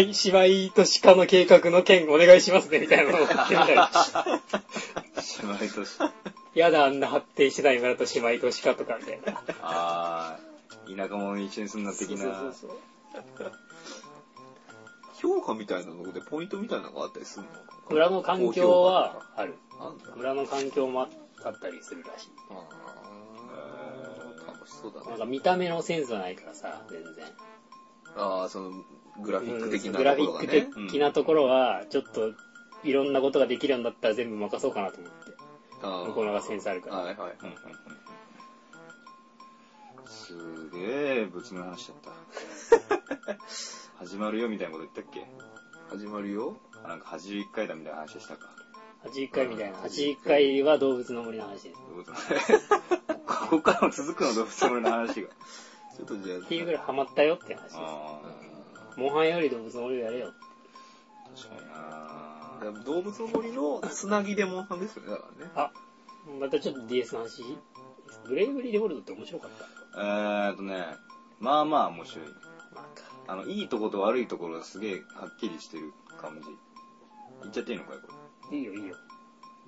Speaker 4: 姉妹と鹿の計画の件お願いしますね、みたいなのを送っ てみたり。
Speaker 1: 姉妹とし
Speaker 4: やだ、あんな発展してない村と姉妹と鹿とか、みたいな。
Speaker 1: あー田舎者に一緒にすんな
Speaker 4: そう
Speaker 1: 的
Speaker 4: そう
Speaker 1: な。
Speaker 4: そうそう。
Speaker 2: 評価みたいなので、ポイントみたいなのがあったりするの
Speaker 4: 村の環境は、ある。
Speaker 2: 高評価なんだ
Speaker 4: 村の環境もあったりするらしい。
Speaker 2: あー楽しそうだ
Speaker 4: なん
Speaker 2: な。
Speaker 4: か見た目のセンスはないからさ、全然。
Speaker 2: ああ、その、グラフィック的
Speaker 4: うん
Speaker 2: な
Speaker 4: グラ
Speaker 2: と
Speaker 4: フ
Speaker 2: ころ
Speaker 4: ィッ
Speaker 2: が
Speaker 4: ク
Speaker 2: ね。
Speaker 4: 的なところは、ちょっと、いろんなことができるようになったら全部任そうかなと思って。
Speaker 2: あー
Speaker 4: 向こうのがセンスあるから。
Speaker 2: はいはい。
Speaker 1: うんうんうんすげえ、物の話だった。始まるよみたいなこと言ったっけ
Speaker 2: 始まるよ。
Speaker 1: あなんか81回だみたいな話したか。
Speaker 4: 81回みたいな。81回は動物の森の話です。
Speaker 1: 動物の ここからも続くの、動物の森の話が。ちょっとじゃあ。
Speaker 4: っていうぐらいハマったよって話です。
Speaker 1: あ
Speaker 4: モンハンより動物の森をやれよ。
Speaker 1: あ、確かにな
Speaker 2: だから動物の森のつなぎでモンハンですよね、だからね。
Speaker 4: またちょっと DS の話。ブレイブリーデフォルトって面白かった。
Speaker 1: えーっとね、まあまあ面白い。
Speaker 4: まあか。
Speaker 1: あの、いいとこと悪いところがすげえはっきりしてる感じ。言っちゃっていいのかよ、こ
Speaker 4: いいよいいよ。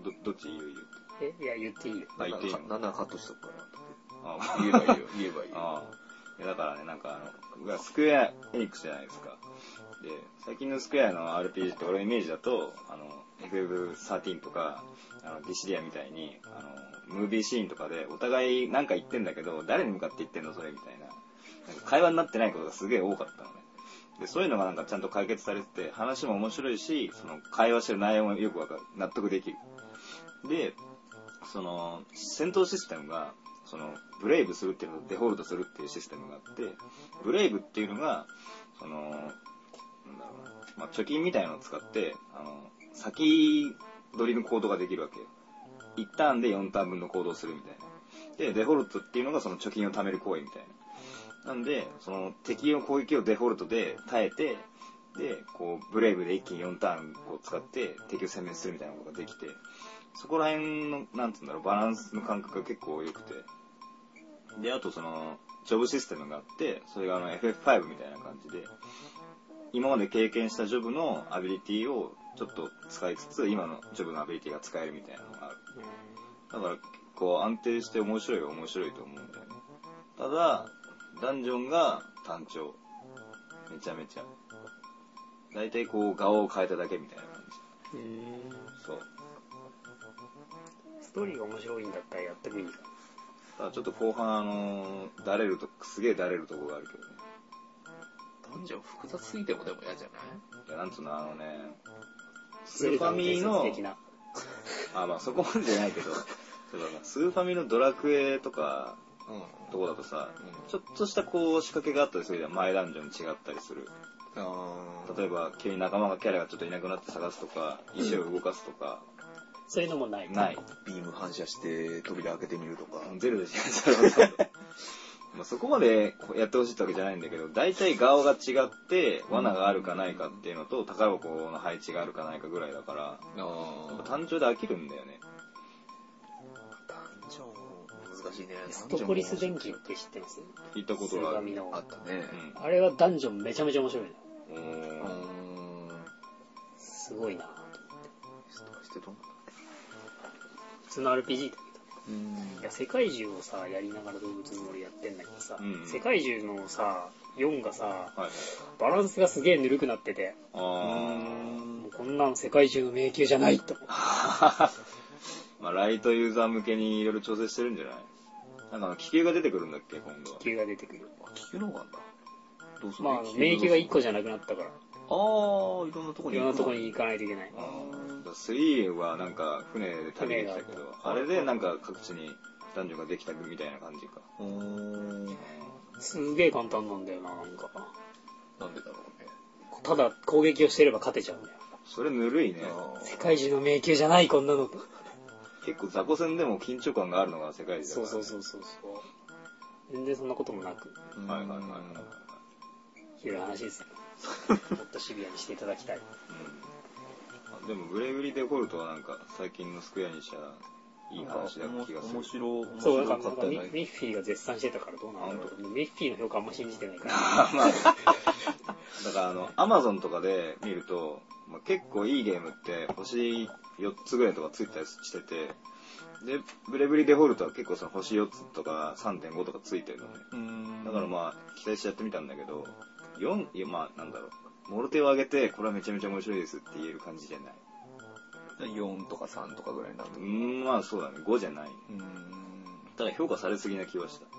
Speaker 1: れ。ど、どっち言う言うって。
Speaker 4: え、いや、言っていいよ。
Speaker 1: あ、言っていいの
Speaker 2: なんならカットしとくかなと。
Speaker 1: あ
Speaker 2: 言えばいいよ、言えばいいよ。
Speaker 1: ああ。いやだからね、なんかあの、スクエアエニックスじゃないですか。で、最近のスクエアの RPG って俺のイメージだと、あの、FF13 とか、あの、ディシリアみたいに、あの、ムービーシーンとかで、お互いなんか言ってんだけど、誰に向かって言ってんのそれみたいな。なんか会話になってないことがすげえ多かったのね。で、そういうのがなんかちゃんと解決されてて、話も面白いし、その、会話してる内容もよくわかる。納得できる。で、その、戦闘システムが、その、ブレイブするっていうのとデフォルトするっていうシステムがあって、ブレイブっていうのが、その、なんだろうな、まあ、貯金みたいなのを使って、あの、先取りの行動ができるわけよ。1ターンで4ターン分の行動をするみたいな。で、デフォルトっていうのがその貯金を貯める行為みたいな。なんで、その敵の攻撃をデフォルトで耐えて、で、こう、ブレイブで一気に4ターンを使って敵を殲滅するみたいなことができて、そこら辺の、なんつうんだろう、バランスの感覚が結構良くて。で、あとその、ジョブシステムがあって、それがあの FF5 みたいな感じで、今まで経験したジョブのアビリティをちょっと使いつつ、今のジョブのアビリティが使えるみたいなのがある。だから結構安定して面白いは面白いと思うんだよね。ただ、ダンジョンが単調。めちゃめちゃ。大体こう、顔を変えただけみたいな感じ。
Speaker 4: うーん。
Speaker 1: そう。
Speaker 4: ストーリーが面白いんだったらやってもいいか。
Speaker 1: ただちょっと後半、あのー、だれると、すげえだれるとこがあるけどね。
Speaker 2: ダンジョン複雑すぎてもでも嫌じゃない
Speaker 1: いや、なんつうの、あのね、スーファミの
Speaker 4: スーファミの伝説的な
Speaker 1: あ、まあそこまでじゃない けど、そうだなスーファミのドラクエとか、
Speaker 2: うん。
Speaker 1: とこだとさ、
Speaker 2: うん
Speaker 1: ちょっとしたこう仕掛けがあったりするじゃん。前ダンジョンに違ったりする。
Speaker 2: あー
Speaker 1: 例えば、急に仲間がキャラがちょっといなくなって探すとか、石を動かすとか、
Speaker 4: そういうのもない。
Speaker 1: ない。
Speaker 2: ビーム反射して扉開けてみるとか。
Speaker 1: ゼロでしょ、それは ほとんどまあそこまでやってほしいってわけじゃないんだけど、大体顔が違って、罠があるかないかっていうのと、宝箱の配置があるかないかぐらいだから、やっぱ
Speaker 2: あ
Speaker 1: 単調で飽きるんだよね。
Speaker 2: ダンジョン難しいね。
Speaker 4: ストポリス電気って知ってます
Speaker 1: 聞いたこと
Speaker 4: スー
Speaker 1: が
Speaker 4: フ
Speaker 1: あ
Speaker 4: ァ
Speaker 1: る。
Speaker 4: ミの
Speaker 2: あ。ったね。
Speaker 4: あれはダンジョンめちゃめちゃ面白いね。
Speaker 1: うん。
Speaker 2: う
Speaker 1: おー
Speaker 2: ん。
Speaker 4: すごいな
Speaker 2: ストポリスってどんな
Speaker 4: 普通の RPG だけ
Speaker 2: うん
Speaker 4: ど。いや、世界中をさ、やりながら動物の森やってんだけどさ、
Speaker 1: うん
Speaker 4: 世界中のさ、4がさ、
Speaker 1: はい。
Speaker 4: バランスがすげえぬるくなってて、
Speaker 1: あ
Speaker 4: もうこんなん世界中の迷宮じゃないと思う。
Speaker 1: ー。 まあ、ライトユーザー向けにいろいろ調整してるんじゃないなんかあの気球が出てくるんだっけ、今度は。
Speaker 4: 気球が出てくる。
Speaker 2: 聞くのがあんだ。どうする
Speaker 4: まあ、免疫が1個じゃなくなったから、
Speaker 2: あー、いろんなとこ
Speaker 4: い
Speaker 2: に
Speaker 4: ろんなとこ
Speaker 2: 行
Speaker 4: に行かないといけない。
Speaker 1: あーだ3はなんか船で旅できたけど、あれでなんか各地に男女ができたみたいな感じか。
Speaker 2: くの。うーん。
Speaker 4: すげえ簡単なんだよな、なんか。
Speaker 2: なんでだろうね。
Speaker 4: ただ攻撃をしてれば勝てちゃうんだよ。
Speaker 1: それぬるいね。
Speaker 2: あー
Speaker 4: 世界中の迷宮じゃない、こんなの。
Speaker 1: 結構雑魚戦でも緊張感があるのが世界中だか
Speaker 4: そう
Speaker 1: ら。
Speaker 4: そうそうそうそう。全然そんなこともなく、
Speaker 2: うん
Speaker 1: はいはいはいはい。
Speaker 4: ひどい話 ですよ。もっとシビアにしていただきたい。
Speaker 1: うんあでも、ブレイブリーデフォルトはなんか最近のスクエアにしたらいい話だ気がする
Speaker 2: 面。白、面
Speaker 4: そう、なん
Speaker 2: 白か
Speaker 4: かなん
Speaker 2: っ
Speaker 4: か
Speaker 2: た
Speaker 4: ミ
Speaker 2: よね。
Speaker 4: ミッフィーが絶賛してたからどうなの
Speaker 1: あ本
Speaker 4: ミッフィーの評価あんま信じてないから。
Speaker 1: あまあ、だからあの、アマゾンとかで見ると、まあ、結構いいゲームって星4つぐらいとかついたりしてて、で、ブレブリデフォルトは結構その星4つとか3.5とかついてるのね。
Speaker 2: うん
Speaker 1: だからまあ、期待してやってみたんだけど、4、いやまあ、なんだろう、モルテを上げて、これはめちゃめちゃ面白いですって言える感じじゃない。
Speaker 2: 4とか3とかぐらいになる
Speaker 1: うーん、まあそうだね、5じゃない。
Speaker 2: うん。
Speaker 1: ただ評価されすぎな気はした。だか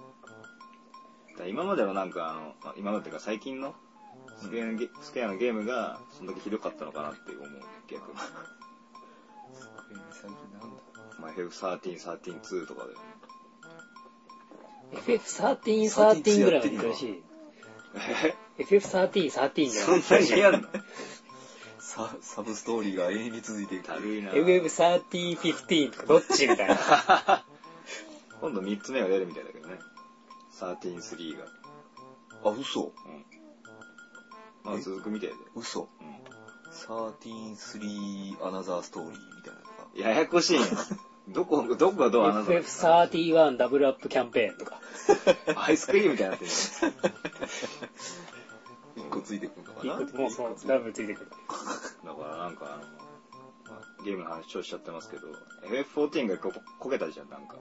Speaker 1: ら今までのなんかあの、まあ今までというか最近のスクエアのゲ,、スクエアのゲームがそんだけひどかったのかなって思う、逆に。
Speaker 2: 最近なんだ
Speaker 1: まあ FF13、132とかで。
Speaker 4: FF13、13ぐらいは難しい。
Speaker 1: え
Speaker 4: FF13、13じゃ
Speaker 1: そ
Speaker 4: なんい。
Speaker 1: なにやんの
Speaker 2: ササブストーリーが永遠に続いていく
Speaker 1: だるいな
Speaker 4: FF3015 とかどっちみたいな。
Speaker 1: 今度3つ目が出るみたいだけどね。133が。
Speaker 2: あ嘘
Speaker 1: まあ続くみたいで。
Speaker 2: 嘘
Speaker 1: うん
Speaker 2: 133アナザーストーリーみたいなのが
Speaker 1: ややこしいんよどこ、どこがどうあなたの
Speaker 4: FF31 ダブルアップキャンペーンとか。
Speaker 1: アイスクリームみたいになってるよ
Speaker 2: 1個ついてくるのか
Speaker 4: 一
Speaker 2: な
Speaker 4: 個もうそのダブルついてくる。
Speaker 1: だからなんかあの、まあゲームの話をしちゃってますけど、FF14 がここけたじゃん、なんか。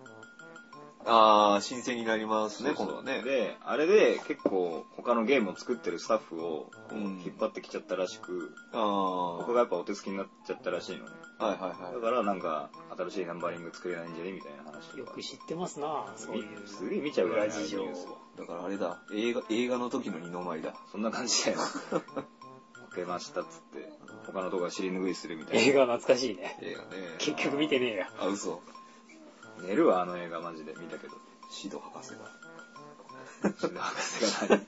Speaker 2: ああ新鮮になりますね今度はね
Speaker 1: で、あれで結構他のゲームを作ってるスタッフをこう
Speaker 2: うん
Speaker 1: 引っ張ってきちゃったらしく、
Speaker 2: ああ
Speaker 1: 僕がやっぱお手つきになっちゃったらしいのね。
Speaker 2: はいはい
Speaker 1: だ
Speaker 2: はい
Speaker 1: からなんか新しいナンバリング作れないんじゃねみたいな話
Speaker 4: よ
Speaker 1: とか
Speaker 4: く。知ってますなぁそういう。
Speaker 1: すげえ見ちゃうからね
Speaker 4: 裏事情を。
Speaker 2: だからあれだ映画映画の時の二の舞だ
Speaker 1: そんな感じだよ。 こけましたっつって、他の動画尻拭いするみたい
Speaker 4: 映
Speaker 1: な。
Speaker 4: 画懐かしいね。
Speaker 2: 映画ね
Speaker 4: 結局見てねえや。
Speaker 2: あ嘘
Speaker 1: 寝るわ、あの映画マジで見たけど。
Speaker 2: シド博士だ
Speaker 1: 死ぬ博士が何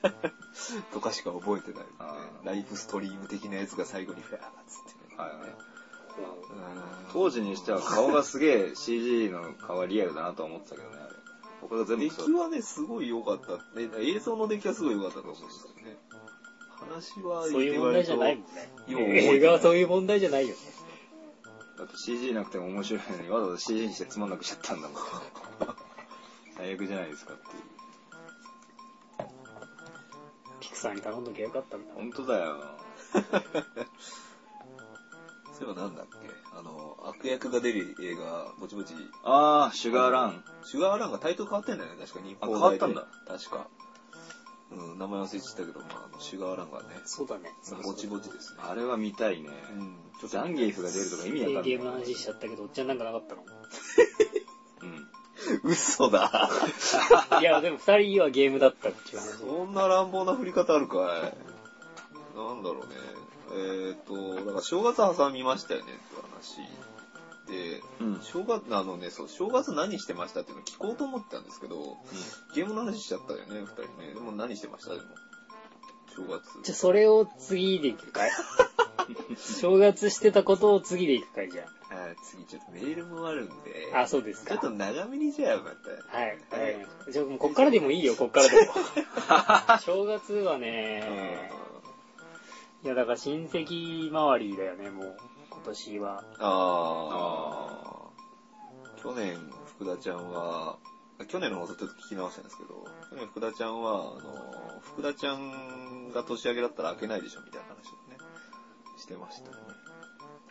Speaker 2: とかしか覚えてないもんね
Speaker 1: あー
Speaker 2: ライフストリーム的なやつが最後にフェアーっつってね
Speaker 1: はいはい
Speaker 2: うん
Speaker 1: 当時にしては顔がすげえ CG の顔はリアルだなとは思ってたけどね、あれ。僕が全部
Speaker 2: 出
Speaker 1: そう
Speaker 2: 来はね、すごい良かった。ね映像の出来はすごい良かったと思うんですよね。話は、
Speaker 4: そういう問題じゃないも
Speaker 2: よう覚え
Speaker 4: ん
Speaker 2: てな
Speaker 4: ね。
Speaker 2: い
Speaker 4: 映画はそういう問題じゃないよね。
Speaker 1: だって CG なくても面白いのにわざわざ CG にしてつまんなくしちゃったんだもん。最悪じゃないですかっていう。
Speaker 4: ピクサーに頼んどきゃよかったんだ。
Speaker 1: 本当だよ。
Speaker 2: そういえばなんだっけあの、悪役が出る映画、ぼちぼち、
Speaker 1: あー、シュガーラン。
Speaker 2: シュガーランがタイトル変わってんだよね、確か日本
Speaker 1: あ変わったんだ。
Speaker 2: 確か。うん、名前忘れちゃったけど、まああの、シュガーランがね、
Speaker 4: そうだね。
Speaker 2: ぼちぼちですね。
Speaker 1: あれは見たいね。
Speaker 2: うん、ちょっと
Speaker 1: ザンギーフが出るとか意味わかんない。
Speaker 4: ゲームの話しちゃったけど、おっちゃんなんかなかったの
Speaker 1: うん。
Speaker 2: 嘘だ。
Speaker 4: いや、でも二人はゲームだったっていう話。
Speaker 2: そんな乱暴な振り方あるかいなんだろうね。えーっ、と、だから正月挟みましたよねって話。で、
Speaker 1: うん。
Speaker 2: 正月、あのね、そう、正月何してましたっていうの聞こうと思ってたんですけど、ゲームの話しちゃったよね、二人ね。でも何してましたでも。正
Speaker 4: じゃあ
Speaker 2: 月。
Speaker 4: それを次でい くかい正月してたことを次でいくかいじゃ
Speaker 2: あー次ちょっとメールもあるんで、
Speaker 4: あ。あ、そうです
Speaker 2: ちょ
Speaker 4: か。
Speaker 2: っと長めにじゃあまた。
Speaker 4: はい。わかりましたじゃあもうこっからでもいいよ、こっからでも。 正月はね、いやだから親戚周りだよね、もう。今年 は。
Speaker 2: あー。去年、福田ちゃんは、去年の放送ちょっと聞き直したんですけど、去年福田ちゃんは、あの、福田ちゃんが年明けだったら開けないでしょみたいな話をね、してましたね。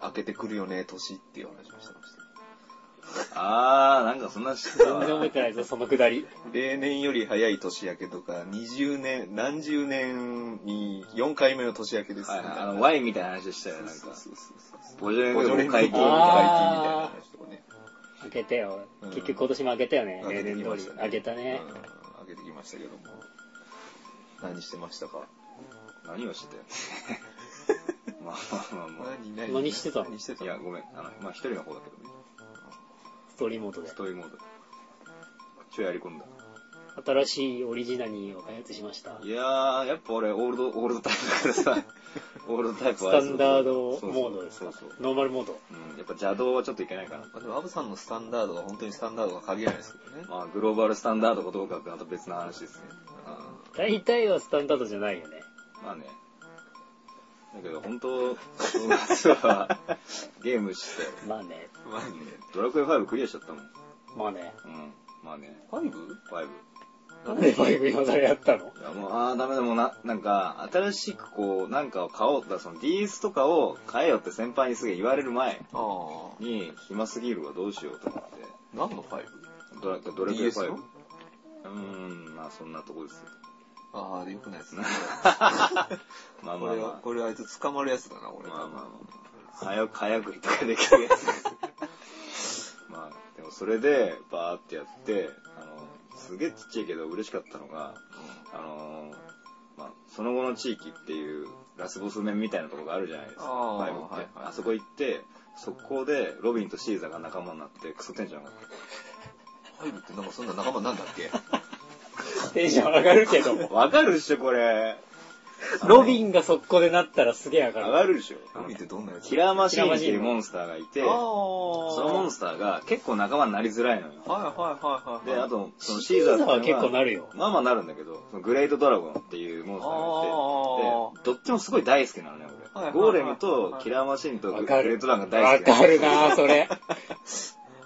Speaker 2: 開けてくるよね、年っていう話をしてました。
Speaker 1: あー、なんかそんなしてた
Speaker 4: 全然
Speaker 1: わ
Speaker 4: 覚えてないぞ、そのくだり。
Speaker 2: 例年より早い年明けとか、20年、何十年に4回目の年明けです
Speaker 1: はい
Speaker 2: よ
Speaker 1: はい
Speaker 2: ね。
Speaker 1: あの、ワインみたいな話したよ、なんか
Speaker 2: そう。そうそうそう
Speaker 1: ボジョレ・
Speaker 2: ボジョレ・
Speaker 1: ヌーボー解禁
Speaker 2: ヌーボー解禁みたいな話とかね。
Speaker 4: 開けてよ
Speaker 2: うん。
Speaker 4: 結局今年も開けたよね、
Speaker 2: 開
Speaker 4: 例
Speaker 2: けて
Speaker 4: 年
Speaker 2: き
Speaker 4: 通
Speaker 2: ま
Speaker 4: り
Speaker 2: した。ね
Speaker 4: 開けたね。
Speaker 2: うん、上げてきましたけども。何してましたか
Speaker 1: 何をしてたよ。まあまあまあまあ。
Speaker 2: 何
Speaker 4: 何してた
Speaker 2: 何してた
Speaker 1: いや、ごめん。あの、まあ一人の方だけどね。
Speaker 4: ストリーモートで
Speaker 1: ス。トーリーモード。ちょいやり込んだ。
Speaker 4: 新しいオリジナリーを開発しました。
Speaker 1: いやー、やっぱ俺、オールド、オールドタイプだからさ、オールドタイプ
Speaker 4: ス
Speaker 1: は
Speaker 4: タンダー
Speaker 1: そ
Speaker 4: ド
Speaker 1: うそう
Speaker 4: モードです
Speaker 1: そ
Speaker 4: か
Speaker 1: うそう。
Speaker 4: ノーマルモード。
Speaker 1: うん、やっぱ邪道はちょっといけないかな。
Speaker 2: まあでも、アブさんのスタンダードは本当にスタンダードが限らないですけどね。
Speaker 1: まあ、グローバルスタンダードかどうかはまた別の話ですね。
Speaker 4: 大体はスタンダードじゃないよね。
Speaker 1: まあね。だけど、本当正月は、ゲームして、
Speaker 4: まあね。
Speaker 2: まあね。
Speaker 1: ドラクエ5クリアしちゃったもん。
Speaker 4: まあね。
Speaker 1: うん。まあね、
Speaker 2: 5?
Speaker 1: 5。
Speaker 4: なんでバイブ今更やった の
Speaker 1: いやもう、ああ、ダメだ、もうな、なんか、新しくこう、なんかを買おう、だからその DS とかを買えよって先輩にすげえ言われる前
Speaker 2: ああ。
Speaker 1: に、暇すぎるわ、どうしようと思って。
Speaker 2: 何の 5?
Speaker 1: ドラドラクエ
Speaker 2: DS
Speaker 1: 5。
Speaker 2: の
Speaker 1: うーん、まあそんなとこですよ。
Speaker 2: ああ、でよくないですね。
Speaker 1: まあ
Speaker 2: こ
Speaker 1: まあ
Speaker 2: れ
Speaker 1: ま
Speaker 2: は、これあいつ捕まるやつだな、
Speaker 1: あ。
Speaker 2: 俺。
Speaker 1: まあまあまあ。早く、早食いとかできるやつ。まあ、でもそれで、バーってやって、あの、すげえちっちゃいけど嬉しかったのが、あのー、まあ、その後の地域っていうラスボス面みたいなとこがあるじゃないですか。
Speaker 2: あー
Speaker 1: バイブって、
Speaker 2: はいはいはい
Speaker 1: あそこ行って、速攻でロビンとシーザーが仲間になって、クソテンション上がった。
Speaker 2: 5ってなんかそんな仲間なんだっけ
Speaker 4: テンション上がるけども。
Speaker 1: わかるっしょ、これ。
Speaker 4: ロビンが速攻でなったらすげえ上が
Speaker 1: 上
Speaker 4: る。
Speaker 1: がるでしょ。
Speaker 2: ロビンってどんなやつ
Speaker 1: キラーマシーンっていうモンスターがいて、
Speaker 2: あ
Speaker 1: そのモン
Speaker 2: ス
Speaker 1: スターが結構仲間になりづらいのよ。
Speaker 2: はいはいはいはい。
Speaker 1: で、あ
Speaker 2: と、
Speaker 1: と、そのシ
Speaker 4: シ
Speaker 1: ー
Speaker 4: ー
Speaker 1: ザ
Speaker 4: ザ
Speaker 1: ー
Speaker 4: ー
Speaker 1: っていうの
Speaker 4: は結構なるよ。
Speaker 1: まあまあなるんだけど、そのグレートドラゴンっていうモンスターがいて、で、どっちもすごい大好きなのね、俺。
Speaker 2: はいはいはい
Speaker 1: ゴーレムとキラーマシンとグ
Speaker 4: わ
Speaker 1: グレ
Speaker 4: かる。
Speaker 1: ートドラゴンが大好きな
Speaker 4: わ
Speaker 1: の
Speaker 4: かるなぁ、それ。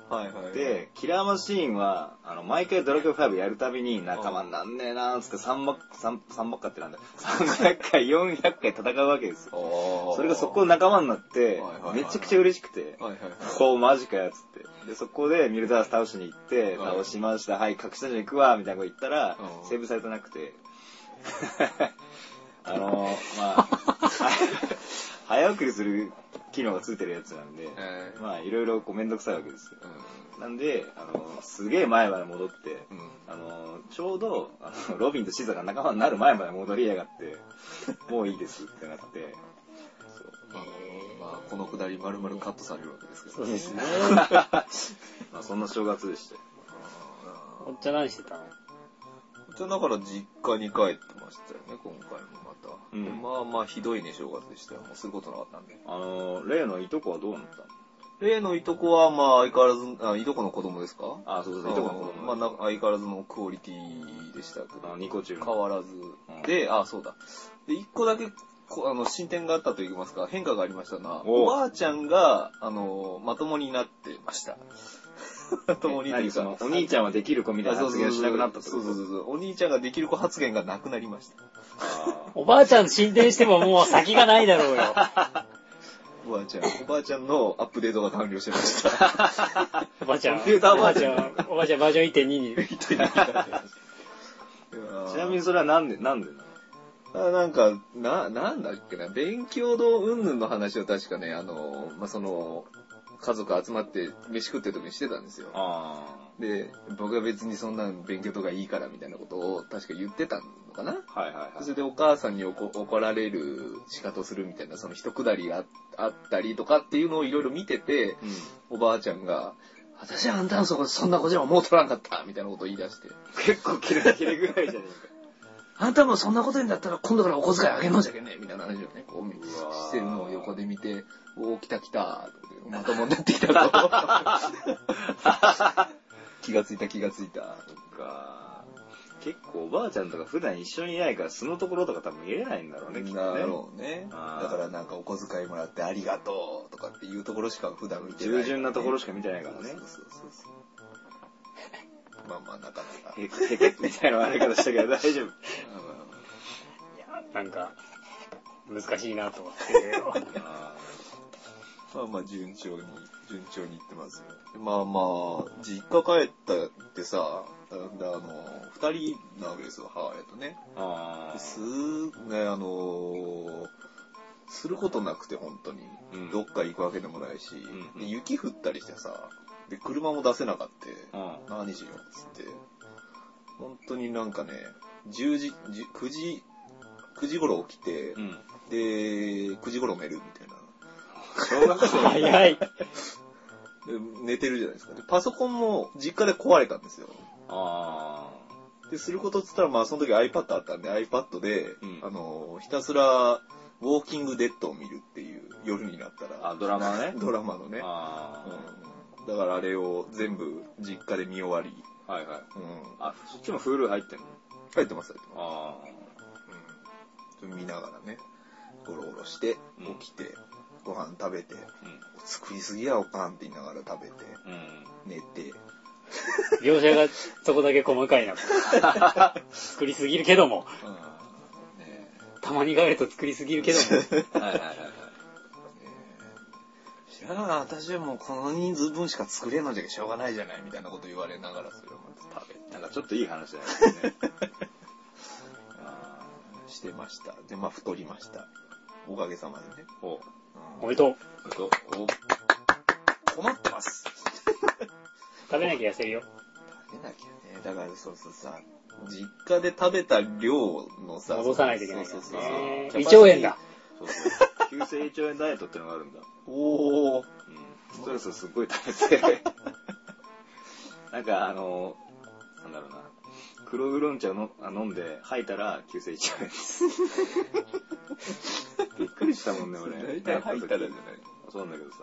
Speaker 2: はいはい。、
Speaker 1: で、キラーマシーンは、あの、毎回ドラクエ5やるたびに仲間になんねえなーっつって3ばっ、三三ばっかってなんだよ。300回、400回戦うわけですよ。そ
Speaker 2: そ
Speaker 1: れが速攻で仲間になって
Speaker 2: はいはいは、い
Speaker 1: めちゃくちゃ嬉しくて、
Speaker 2: はいはいはい。
Speaker 1: こうマジかよっつって。で、そこでミルダース倒しに行って、
Speaker 2: はい
Speaker 1: 倒しました、はい、隠し立ちに行くわ、みたいなこと言ったら
Speaker 2: う、ん
Speaker 1: セーブされてなく て。あのー、 まあ、早送りする機能がついてるやつなんで、
Speaker 2: えー
Speaker 1: まあ、いろいろこうめんどくさいわけですよ。
Speaker 2: う
Speaker 1: なんで、あの、すげえ前まで戻って、
Speaker 2: んうん
Speaker 1: あの、ちょうど、あの、ロビンとシザが仲間になる前まで戻りやがって、 もういいですってなって、
Speaker 2: まあまあ、このくだり丸々カットされるわけですけど。
Speaker 4: そうですね。
Speaker 1: まあ、そんな正月でしたよ。
Speaker 4: おっちゃん何してたの
Speaker 2: じゃあだから実家に帰ってましたよね、今回もまた。
Speaker 1: うん
Speaker 2: まあまあひどいね、正月でしたよ。もうすることなかったんで。
Speaker 1: あの、例のいとこはどうなったの
Speaker 2: 例のいとこは、まあ相変わらず、あ、いとこの子供ですか
Speaker 1: あ、そうそう、いとこの子供
Speaker 2: まあ
Speaker 1: ま
Speaker 2: な相変わらずのクオリティでしたけ
Speaker 1: あ
Speaker 2: ど、
Speaker 1: の、ニコ中
Speaker 2: 変
Speaker 1: の。
Speaker 2: わらず
Speaker 1: ん。
Speaker 2: で、あ、そうだ。で、一個だけ、こあの、進展があったと言いますか、変化がありましたな。
Speaker 1: おう
Speaker 2: おばあちゃんが、あの、まともになってました。 まともにとい
Speaker 1: 何
Speaker 2: うか
Speaker 1: その、お兄ちゃんはできる子みたいな発言をしなくなったってこ
Speaker 2: そう
Speaker 1: と
Speaker 2: そうそうそう。お兄ちゃんができる子発言がなくなりました。
Speaker 1: あ
Speaker 4: おばあちゃん進展してももう先がないだろうよ。
Speaker 2: おばあちゃん、おばあちゃんのアップデートが完了してま した。
Speaker 4: おばあちゃん。
Speaker 1: コンピューターお
Speaker 4: お
Speaker 1: ば
Speaker 4: ば
Speaker 1: あ
Speaker 4: あ
Speaker 1: ち
Speaker 4: ち
Speaker 1: ゃ
Speaker 4: ゃ
Speaker 1: ん
Speaker 4: ん。おばあちゃんバージョン1.2に。
Speaker 1: ーちなみにそれはなんで、なんでなの
Speaker 2: あなんか、な、なんだっけな、勉強の云々の話を確かね、あの、まあ、その、家族集まって飯食ってる時にしてたんですよ。
Speaker 1: あ
Speaker 2: で、僕は別にそんな勉強とかいいからみたいなことを確か言ってたのかな
Speaker 1: あ、はいはいは
Speaker 2: それでお母さんに怒怒られる仕方するみたいな、その一くだりがああったりとかっていうのをいろいろ見てて、
Speaker 1: い。うん。
Speaker 2: おばあちゃんが、私はあんたのそこそんなことじゃ思うとらんかったみたいなことを言い出して、
Speaker 1: 結構キレキレぐらいじゃねえか。
Speaker 2: あんたもそんなことになったら今度からお小遣いあげんのじゃけんねみたいな話をね、こう見
Speaker 1: うわー
Speaker 2: してるのを横で見て、おー来た来たとまともになってきたと。気がついた気がついた。
Speaker 1: か結構おばあちゃんとか普段一緒にいないから素のところとか多分見れないんだろうねきっと
Speaker 2: だ
Speaker 1: ね
Speaker 2: ろうね。
Speaker 1: あー
Speaker 2: だからなんかお小遣いもらってありがとうとかっていうところしか普段見てな
Speaker 1: 従
Speaker 2: い、
Speaker 1: 順なところしか見てないから
Speaker 2: そう
Speaker 1: ね
Speaker 2: そうそうそうまあまあなかなか。
Speaker 1: ヘクヘクみたいな笑い方したけど大丈夫
Speaker 4: なんか、難しいなと思ってるけど。
Speaker 1: あ
Speaker 2: まあまあ順調に、順調にいってますよ。まあまあ、実家帰ったってさ、あの、二人なわけですよ、母親とね。
Speaker 1: ーあー
Speaker 2: すね、あの、することなくて本当に、
Speaker 1: うん
Speaker 2: どっか行くわけでもないし、
Speaker 1: うん
Speaker 2: で雪降ったりしてさ、で、車も出せなかった。
Speaker 1: うん
Speaker 2: 何しようっつって、本当になんかね、10時、10 9時、9時頃起きて、
Speaker 1: うん
Speaker 2: で、9時頃寝るみたいな。
Speaker 1: 小学生
Speaker 4: 早い。
Speaker 2: で寝てるじゃないですか。で、パソコンも実家で壊れたんですよ。
Speaker 1: あ
Speaker 2: で、することっつったら、まあその時 iPad あったんで、iPad で、
Speaker 1: うん
Speaker 2: あの、ひたすら、ウォーキングデッドを見るっていう、夜になった
Speaker 1: ーあ
Speaker 2: ら、
Speaker 1: ドラマね
Speaker 2: ドラマのね。
Speaker 1: あ
Speaker 2: うんだからあれを全部実家で見終わり、
Speaker 1: あはいはい
Speaker 2: うん、
Speaker 1: あそっちもフール入ってんの
Speaker 2: 帰ってます、帰ってます
Speaker 1: あ
Speaker 2: うん、見ながらね、ゴロゴロして
Speaker 1: うん、
Speaker 2: 起きて、ご飯食べて、
Speaker 1: あうん
Speaker 2: 作りすぎやおかんって言いながら食べて、
Speaker 1: うん
Speaker 2: 寝て、
Speaker 4: 描写がそこだけ細かいな。作りすぎるけども。
Speaker 2: うん、ね
Speaker 4: たまに帰ると作りすぎるけども。
Speaker 1: はいはいはいはい
Speaker 2: 知らなかった私はもうこの人数分しか作れんのじゃけしょうがないじゃないみたいなこと言われながらそれをまず食べて
Speaker 1: なんかちょっといい話だよねあ
Speaker 2: してました。で、まあ太りました。おかげさまでね。
Speaker 1: ーお
Speaker 4: おめでとう。
Speaker 1: あとお
Speaker 2: 困ってます。
Speaker 4: 食べなきゃ痩せるよ。
Speaker 2: 食べなきゃね。だからそうそうさ、実家で食べた量のさ、
Speaker 4: 戻さないといけないか
Speaker 2: そう
Speaker 4: らね
Speaker 2: そうそう
Speaker 4: えー胃腸炎だ。。
Speaker 1: そうそう急性胃腸炎ダイエットってのがあるんだ
Speaker 2: おー。
Speaker 1: ストレスすっごい溜めて、なんかあの、なんだろうな、黒ウーロン茶のあ飲んで吐いたら急性一腸炎です びっくりしたもんね俺
Speaker 2: 大体吐いたらじゃない。
Speaker 1: そうなんだけどさ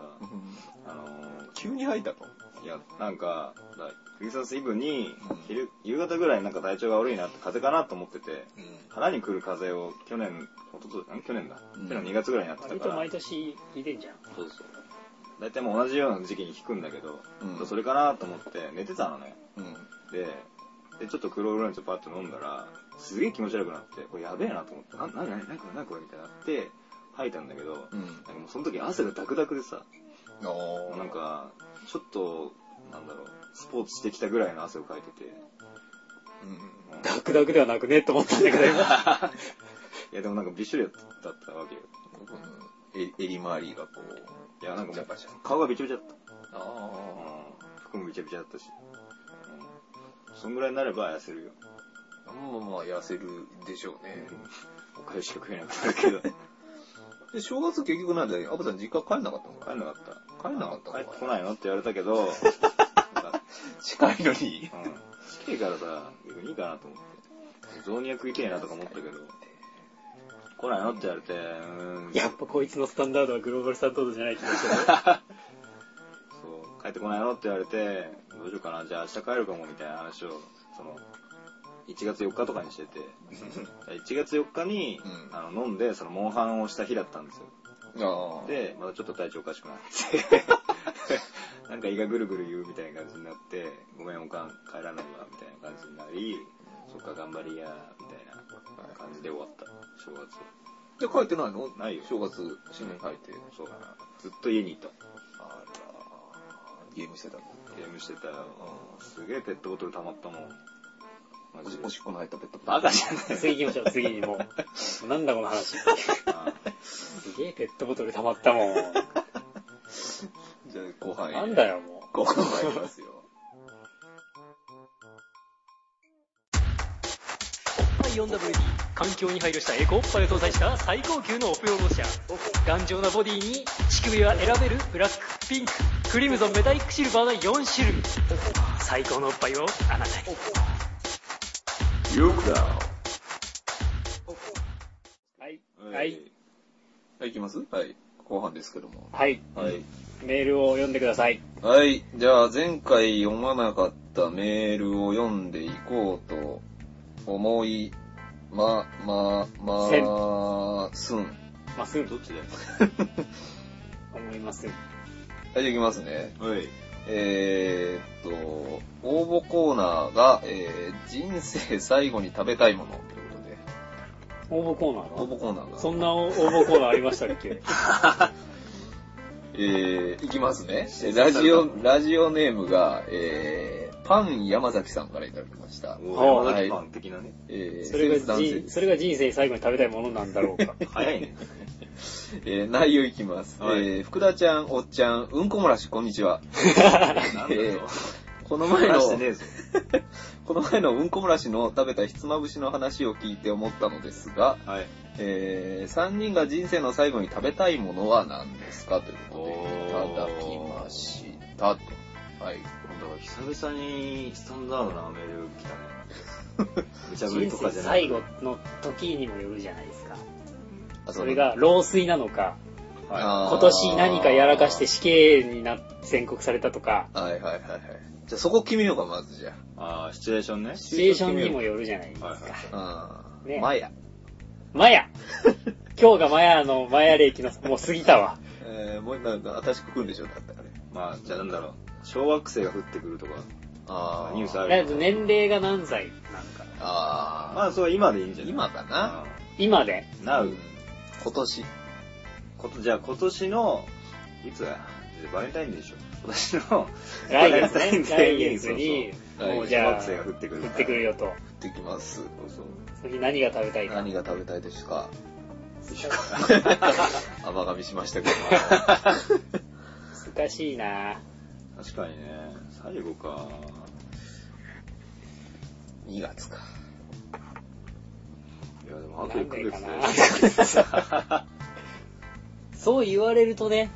Speaker 1: あのー
Speaker 2: 急に吐いたと。
Speaker 1: いや、なんか、だクリスマスイブに、昼、夕方ぐらいになんか体調が悪いなって、風邪かなと思ってて、腹に来る風邪を去年、おととし、ん去年だ。
Speaker 2: うん
Speaker 1: 去年の2月ぐらいになってた
Speaker 4: 割
Speaker 1: か
Speaker 4: と
Speaker 1: ら、
Speaker 4: 毎年聞いてんじゃん。
Speaker 1: そうそう。大体もう同じような時期に引くんだけど、
Speaker 2: うん
Speaker 1: それかなと思って寝てたのね。
Speaker 2: うん。
Speaker 1: で、で、ちょっと黒ウーロン茶パッと飲んだら、すげえ気持ち悪くなって、これやべえなと思って、な、な、な、な、な、な、これみたいになって、吐いたんだけど、なんか
Speaker 2: うん。
Speaker 1: もうその時汗がダクダクでさ、
Speaker 2: おー
Speaker 1: なん、か、ちょっと、なんだろう、スポーツしてきたぐらいの汗をかいて て。
Speaker 2: うん。
Speaker 1: うん
Speaker 4: ダクダクではなくねって思ったんだけど、今
Speaker 1: いや、でもなんかびっしょりだったわけよ。
Speaker 2: え襟周りがこう。
Speaker 1: いや、なんかも
Speaker 2: やっ
Speaker 1: う
Speaker 2: ぱじゃん。
Speaker 1: 顔がびちゃびちゃだった。
Speaker 2: あ
Speaker 1: うん服もびちゃびちゃだったし。うんそんぐらいになれば痩せるよ。
Speaker 2: あ。まあまあ、痩せるでしょうね。
Speaker 1: おかゆしか食えなくなるけど。
Speaker 2: で、正月結局なんだよ。アブさん実家帰んなかったの
Speaker 1: 帰んなかった。
Speaker 2: 帰んなかったの
Speaker 1: 帰ってこないのって言われたけど、なんか
Speaker 2: 近いのに。
Speaker 1: うん。近いからさ、逆にいいかなと思って。雑煮屋食いてえなとか思ったけど、来ないのって言われて、うーん。
Speaker 4: やっぱこいつのスタンダードはグローバルスタンダードじゃない気がする。
Speaker 1: そう、帰ってこないのって言われて、どうしようかな、じゃあ明日帰るかもみたいな話を、その、1月4日とかにしてて、1月4日に、
Speaker 2: うん
Speaker 1: あの飲んで、その、モンハンをした日だったんですよ。
Speaker 2: ああ。、
Speaker 1: で、またちょっと体調おかしくなって、なんか胃がぐるぐる言うみたいな感じになって、ごめん、おかん、帰らないわ、みたいな感じになり、そっか、頑張りや、みたいな感じで終わった、正月。
Speaker 2: で、帰ってないの
Speaker 1: ないよ
Speaker 2: 正月、新年帰って。
Speaker 1: そう。ずっと家にいた。
Speaker 2: あら、ゲームしてたの。
Speaker 1: ゲームしてたよ。
Speaker 2: う
Speaker 1: すげえペットボトル溜まったもん。マ
Speaker 2: ん。おし
Speaker 1: ジで
Speaker 2: おしっこの入ったペットボトル
Speaker 1: バカじゃない。
Speaker 4: 次行きましょう、次にもう。なんだこの話。すげえペットボトル溜まったもん。
Speaker 2: じゃあ、後半へ。
Speaker 4: なんだよ、もう。
Speaker 2: 後半参りますよ。
Speaker 4: 4WD 環境に配慮したエコオッパで搭載した最高級のオフ用ド車頑丈なボディに乳首は選べるブラックピンククリムゾンメタリックシルバーの4種類最高のおっぱいをあなたに
Speaker 2: よくだ。
Speaker 4: はい
Speaker 1: はい。
Speaker 2: はい、いきますはい。後半ですけども。
Speaker 4: はい
Speaker 2: はい。
Speaker 4: メールを読んでください
Speaker 2: はい。じゃあ、前回読まなかったメールを読んでいこうと思い、ま、ま、
Speaker 4: せん
Speaker 2: ま、すん。はい、
Speaker 4: ます
Speaker 1: どっちだよ。
Speaker 4: 思いま す
Speaker 2: じゃあ行きますね。
Speaker 1: はい。
Speaker 2: えーっと、応募コーナーが、えー人生最後に食べたいものということで、
Speaker 4: 応募コーナ
Speaker 2: 応
Speaker 4: ーが
Speaker 2: 募コーナーが。
Speaker 4: そんな応募コーナーありましたっけ
Speaker 2: えー、いきますね。えラジオ、ラジオネームが、えー、パン山崎さんからいただきました。
Speaker 1: お
Speaker 4: は
Speaker 1: 山
Speaker 4: い
Speaker 1: 崎パン的なね。
Speaker 2: えー、
Speaker 4: そ
Speaker 2: 先
Speaker 4: れ
Speaker 2: 日
Speaker 4: が
Speaker 2: 男性
Speaker 4: 人それが人生最後に食べたいものなんだろうか
Speaker 1: 早いね。
Speaker 2: えー内容いきます、
Speaker 1: はい
Speaker 2: えー福田ちゃん、おっちゃん、うんこもらし、こんにち は。
Speaker 1: なんだ
Speaker 2: え
Speaker 1: よ
Speaker 2: ー。この前の
Speaker 1: 話、してねえぞ。
Speaker 2: この前のうんこもらしの食べたひつまぶしの話を聞いて思ったのですが、
Speaker 1: はい。
Speaker 2: え3人が人生の最後に食べたいものは何ですかということで、い
Speaker 1: おー
Speaker 2: ただきましたと。はい。
Speaker 1: だから久々にスタンダードなメール来たね。無茶ぶり
Speaker 4: 人
Speaker 1: とか
Speaker 4: 生
Speaker 1: じゃない。
Speaker 4: 最後の時にもよるじゃないですか
Speaker 2: あ
Speaker 4: それ、が老衰なのか
Speaker 1: は
Speaker 2: あー
Speaker 4: 今年何かやらかして死刑にな宣告されたとか、
Speaker 2: はいはいはいはい。じゃあそこ決めようか、まずじゃ
Speaker 1: い。ああ、シチュエーションね。
Speaker 4: シチュエーションにもよるじゃないです
Speaker 1: はいは
Speaker 4: か。
Speaker 2: あ。うん。
Speaker 4: ね
Speaker 2: マヤ。
Speaker 4: マヤ 今日がマヤの、マヤ歴の、もう過ぎたわ。
Speaker 2: えー、もうなんか、新しく来るんでしょ、だったらね。
Speaker 1: い。まあ、じゃあなんだろう。小学生が降ってくるとか、
Speaker 2: あ
Speaker 1: ニュースあ
Speaker 4: だ
Speaker 1: る
Speaker 4: け
Speaker 1: よね
Speaker 4: ど年齢が何歳なのか。
Speaker 2: あー。
Speaker 1: まあ、それは今でいいんじゃない
Speaker 2: 今かな。
Speaker 4: 今で。
Speaker 1: うんな
Speaker 2: う。
Speaker 1: うん
Speaker 2: 今年。
Speaker 1: こと、じゃあ今年の、いつだバレンタインデーでしょ。今年の、
Speaker 4: 来月ね。
Speaker 1: バレ
Speaker 4: 来
Speaker 1: ンタインデー
Speaker 4: 月に、
Speaker 2: そうそう
Speaker 4: もう
Speaker 2: 来月
Speaker 4: じ
Speaker 1: 小
Speaker 4: ゃあ、
Speaker 1: 学生が降
Speaker 4: 降
Speaker 1: ってくる。
Speaker 4: ってくるよと。
Speaker 2: ってきます。
Speaker 1: そうそう。
Speaker 4: その日何が食べたいか。
Speaker 2: 何が食べたいですか甘噛みしまし たけ
Speaker 4: 難しいな
Speaker 1: 確かにね、最後か。
Speaker 2: ど。2月か。
Speaker 1: いや、でもあと1ヶ月で。
Speaker 4: なんそう言われるとね、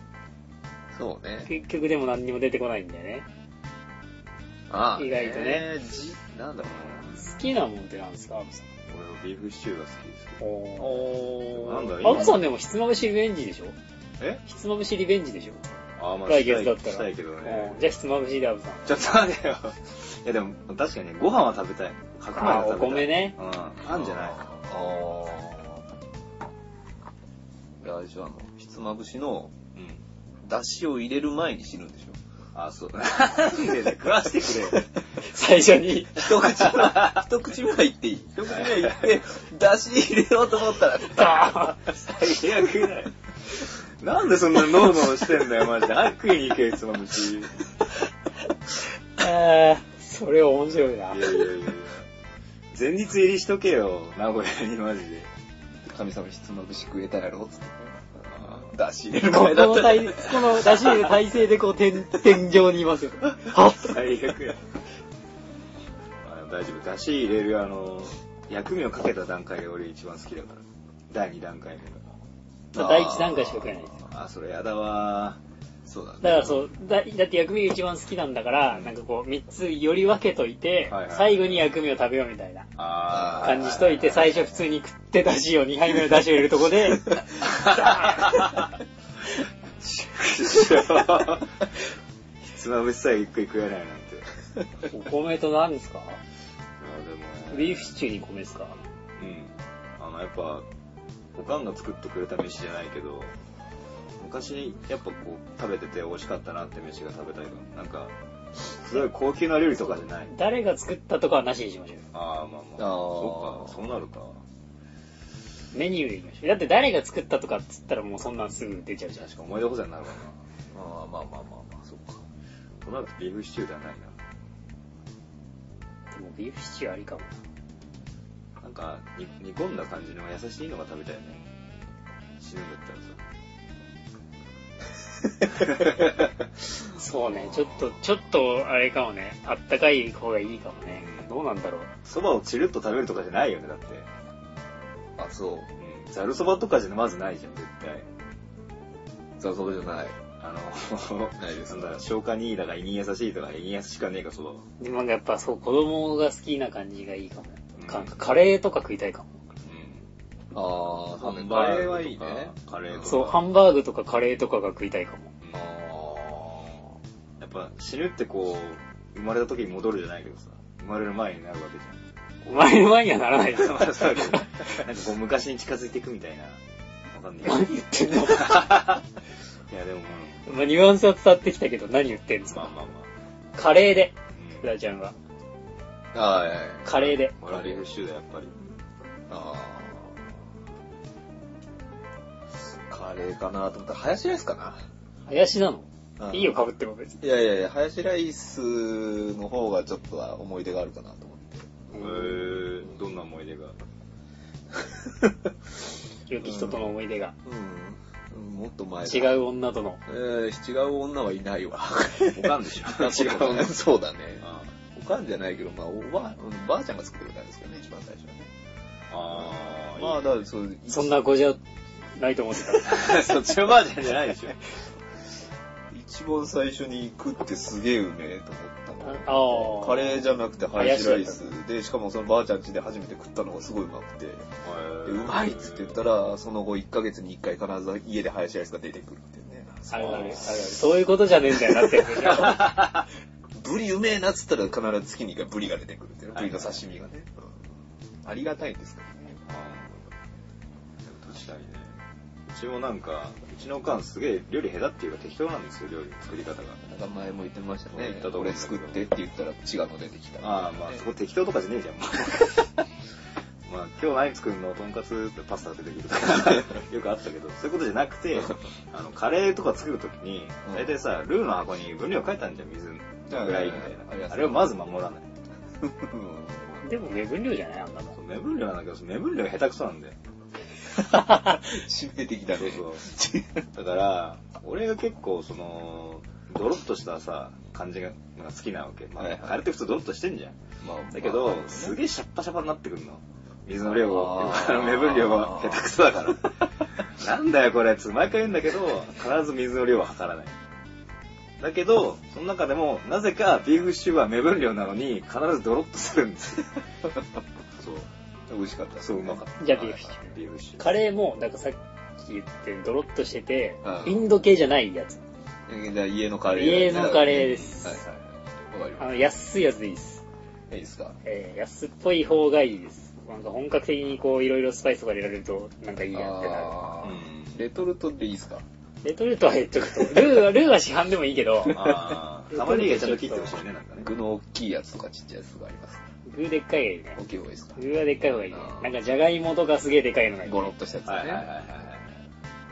Speaker 2: そうね。
Speaker 4: 結局でも何にも出てこないんだよね。
Speaker 2: ああ。
Speaker 4: 意外とね
Speaker 2: えー。じ、なんだろうな。
Speaker 4: 好きなもんってなんですか、アブさ
Speaker 1: 俺はビーフシチューが好きですけ
Speaker 4: ん。お
Speaker 2: お
Speaker 1: なんだ
Speaker 4: ー
Speaker 1: 今
Speaker 4: アブさんでもひつまぶしリベンジでしょ
Speaker 1: え
Speaker 4: ひつまぶしリベンジでしょ、
Speaker 1: ど。ああ、まあ、
Speaker 4: 来
Speaker 1: した
Speaker 4: 月
Speaker 1: い
Speaker 4: だったら
Speaker 1: したいけどね
Speaker 4: うん。じゃあひつまぶしでアブさん。
Speaker 1: ちょっと待てよ。いやでも、確かにご飯は食べたい。白米は
Speaker 4: あーお
Speaker 1: 食べたい。
Speaker 4: 米ね。
Speaker 1: うん。あんじゃない
Speaker 2: あーいや、あれじゃあの、ひつまぶしの、
Speaker 1: うん。
Speaker 2: 出汁を入れる前に死ぬんでしょ。
Speaker 1: あ、そう。なんでね、食わしてくれよ。
Speaker 4: 最初に。
Speaker 2: 一口目は、一口目は言っていい。一口目は言って、 出汁入れようと思ったら、
Speaker 4: ダーン
Speaker 1: 最悪だよ。なんでそんなノーノーしてんだよ、マジで。悪意に行け、いつも虫。い
Speaker 4: えーそれ面白いな
Speaker 1: や。いやいやいや。前日入りしとけよ、名古屋にマジで。
Speaker 2: 神様ひつまぶし食えたやろ、つって。
Speaker 1: あ
Speaker 2: 出汁入れる
Speaker 4: こ
Speaker 2: 前だっ
Speaker 4: の
Speaker 2: たら。
Speaker 4: 体、この出し入れる体勢でこう、天、天井にいますよ。は
Speaker 1: ー最悪や。まあ大丈夫。出汁入れる、あの、薬味をかけた段階が俺一番好きだから。第2段階目
Speaker 4: っ第一段階しか食えないですよ。
Speaker 1: が。あ、それやだわ
Speaker 2: そうだね。
Speaker 4: だからそう、だだって薬味が一番好きなんだから、なんかこう、3つより分けといて、
Speaker 1: はいはい
Speaker 4: 最後に薬味を食べようみたいな
Speaker 1: ー。あー。
Speaker 4: 感じし といて、最初普通に食って出汁を、2杯目の出汁を入れるとこで、
Speaker 1: ひつまぶしさえゆっくり食えないなんて。
Speaker 4: お米と何ですか
Speaker 1: あでも
Speaker 4: ビーフシチューに米ですか
Speaker 1: うん。あの、やっぱ、おかんが作ってくれた飯じゃないけど、昔、やっぱこう、食べてて美味しかったなって飯が食べたいかもなんか、すごい高級な料理とかじゃない。
Speaker 4: 誰が作ったとかはなしにしましょうよ。
Speaker 1: ああ、まあまあ。
Speaker 2: あー
Speaker 1: そっか、そうなるか。
Speaker 4: メニューでいきましょう。だって誰が作ったとかっつったらもうそんなんすぐ出ちゃうじゃん。
Speaker 1: 確か思い出補正になるかな。
Speaker 2: まあまあまあまあまあ、そっか。
Speaker 1: そうなるとビーフシチューではない
Speaker 4: でもビーフシチューありかもな。
Speaker 1: な。なんか、煮煮込んだ感じの優しいのが食べたいね。死ぬんだったらさ。
Speaker 4: そうね、ちょっと、ちょっとあれかもね、あったかい方がいいかもね。どうなんだろう。
Speaker 1: そばをチルッと食べるとかじゃないよね、だって。
Speaker 2: あ、そう。
Speaker 1: うん。ざるそばとかじゃまずないじゃん、絶対。
Speaker 2: ザワそばじゃない。
Speaker 1: あ の、
Speaker 2: ないです
Speaker 1: なんだ、消化にいいだか胃に優しいとか、胃に優しかねえか、そばは。
Speaker 4: でもなんかやっぱそう、子供が好きな感じがいいかも。
Speaker 1: うん
Speaker 4: かカレーとか食いたいかも。
Speaker 1: う
Speaker 2: ああ、そうね。
Speaker 1: ん。
Speaker 2: カレーはいいね。
Speaker 1: カレーとか。
Speaker 4: そう、ハンバーグとかカレーとかが食いたいかも。
Speaker 1: うん
Speaker 2: あ
Speaker 1: や
Speaker 2: あ。
Speaker 1: っぱ死ぬってこう、生まれた時に戻るじゃないけどさ、生まれる前になるわけじ
Speaker 4: お前の前にはならないよ。
Speaker 1: ゃん。まあそうだけどなんかこう昔に近づいていくみたいな。わかんないけ ど。
Speaker 4: 何言ってんの
Speaker 1: いやでも、うん
Speaker 4: まあ、ニュアンスは伝わってきたけど何言ってんの、
Speaker 1: まあまあま
Speaker 4: カレーで、
Speaker 1: あ。
Speaker 4: フラちゃんは。
Speaker 2: はいはい。
Speaker 4: カレーで。
Speaker 1: うん。俺はビーフシチューだ、やっぱり。
Speaker 2: あーカレーかなと思ったら、ハヤシライスか
Speaker 4: 林なの
Speaker 2: な。
Speaker 4: いいよ、。被っても別に。
Speaker 2: いやいやいや、ハヤシライスの方がちょっとは思い出があるかなと思 って。
Speaker 1: えー、どんな思い出が。
Speaker 4: 良き人との思い出が。
Speaker 2: うん。うんもっと前だ
Speaker 4: 違。う女との。
Speaker 2: えー、違う女はいないわ。
Speaker 1: おかんで しょ。
Speaker 2: 違う女。そうだね。
Speaker 1: あ
Speaker 2: おかんじゃないけど、まあ、おばあ、うんばあちゃんが作ってくれたんですけどね、一番最初はね。
Speaker 1: あー、
Speaker 2: まあ、だからそう、
Speaker 4: そんな子じゃないと思って た。
Speaker 1: そっちのばあちゃんじゃないでしょ。
Speaker 2: 一番最初に食ってすげえうめえと思った
Speaker 4: あ
Speaker 2: の。
Speaker 4: あ。
Speaker 2: カレーじゃなくてハヤシライスで、しかもそのばあちゃん家で初めて食ったのがすごいうまくて、でうまいっつって言ったら、その後1ヶ月に1回必ず家でハヤシライスが出てくるっていうね。
Speaker 4: あるあるあるある。そういうことじゃねえんだよなってやつでし ょ。
Speaker 2: ブリうめえなっつったら必ず月に1回ブリが出てくるっていうね。ブリの刺身がね。うんありがたいんですけどね。
Speaker 1: 確かにね。うちもなんか、うちのおかんすげえ料理下手っていうか適当なんですよ、料理の作り方が。
Speaker 2: なんか前も言ってました
Speaker 1: 言っ
Speaker 2: ね
Speaker 1: たと。思うんだ
Speaker 2: 俺
Speaker 1: けど
Speaker 2: 作ってって言ったら違うの出てきた。
Speaker 1: ああ、まあそこ適当とかじゃねえじ ゃん、もうまあ今日何作るのとんかつパスタ出てくると か、よくあったけど、そういうことじゃなくて、あの、カレーとか作るときに、
Speaker 2: うん
Speaker 1: 大体さ、ルーの箱に分量書いたんじゃん、水のぐらいみたい
Speaker 2: あります
Speaker 1: な。あれをまず守らない。
Speaker 2: うん
Speaker 4: でも目分量じゃないあんなの。
Speaker 1: そう目分量なんだけど、目分量下手くそなんだよ。
Speaker 2: 致命的だ
Speaker 1: そう
Speaker 2: ね。
Speaker 1: そう。だから、俺が結構その、ドロッとしたさ、感じがなんか好きなわけ。まあ、
Speaker 2: はいはい
Speaker 1: カレーって普通ドロッとしてんじゃん。
Speaker 2: まあ
Speaker 1: だけど、
Speaker 2: まあまあ
Speaker 1: すげえシャッパシャパになってくるの。水の量を
Speaker 2: あ。
Speaker 1: あ
Speaker 2: ー
Speaker 1: の目分量は下手くそだから。 なんだよこれ、つ毎回言うんだけど、必ず水の量は測らない。だけど、その中でも、なぜかビーフシチューは目分量なのに、必ずドロッとするんです。そう。
Speaker 2: 美味しかった。
Speaker 1: そう、うまかった。
Speaker 4: じゃあビーフシチュ
Speaker 1: ビーフシチュー。
Speaker 4: カレーも、なんかさっき言って、ドロッとしてて
Speaker 2: は、い
Speaker 4: インド系じゃないやつ。
Speaker 2: じゃあ家のカレー、
Speaker 4: 家のカレーです
Speaker 2: はいはい。わかりま
Speaker 4: あの、安いやつでいいです。
Speaker 2: す。いいですか
Speaker 4: えー安っぽい方がいいです。なんか本格的にこう、いろいろスパイスとか入れられると、なんかいいやってなる。
Speaker 2: あ
Speaker 1: う
Speaker 2: ー
Speaker 1: ん
Speaker 2: レトルトでいいですか
Speaker 4: レトルトは言っとくと、ルーは、ルーは市販でもいいけ ど、
Speaker 1: あ あ、玉ねぎがちゃんと切ってほしいね、なんかね。
Speaker 2: 具の大きいやつとかちっちゃいやつとかあります
Speaker 4: 具でっかいがいいね
Speaker 2: 大。きい方がいいですか
Speaker 4: 具はでっかい方がいいね。なんかじゃがいもとかすげえでかいのがいい。
Speaker 2: ゴロッとしたやつ
Speaker 1: はいはいはい
Speaker 2: ね。
Speaker 1: はい。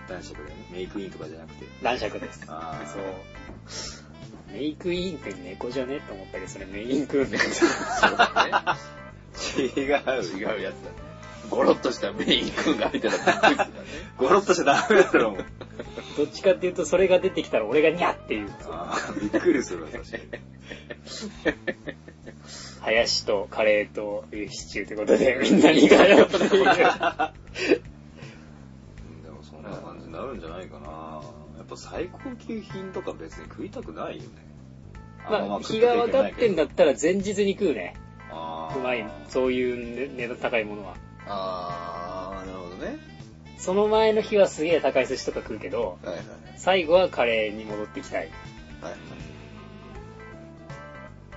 Speaker 1: 男爵だよね。メイクインとかじゃなくて。
Speaker 4: 男爵です。
Speaker 1: ああ、
Speaker 4: そう。メイクインって猫じゃねって思ったりする。メインクーンって。
Speaker 2: そうだね。
Speaker 1: 違う。
Speaker 2: 違うやつだね。ゴロッとしたメイン君が入ってたらびっくりするからね。
Speaker 1: ゴロッとしちゃダメだろ、もう。
Speaker 4: どっちかっていうと、それが出てきたら俺がニャっていう。
Speaker 1: ああ、びっくりするわ、確かに。
Speaker 4: 林とカレーとビーフシチューってことで、 みんなにカレーって い
Speaker 1: う
Speaker 4: う。
Speaker 1: んでもそんな感じになるんじゃないかな。やっぱ最高級品とか別に食いたくないよね。
Speaker 4: まあ、日が分かってん
Speaker 1: だ。
Speaker 4: だったら前日に食うね。
Speaker 1: あー
Speaker 4: うまい、そういう値段高いものは。
Speaker 2: あー、なるほどね。
Speaker 4: その前の日はすげえ高い寿司とか食うけど、
Speaker 2: はいはい。
Speaker 4: 最後はカレーに戻ってきたい。
Speaker 2: はい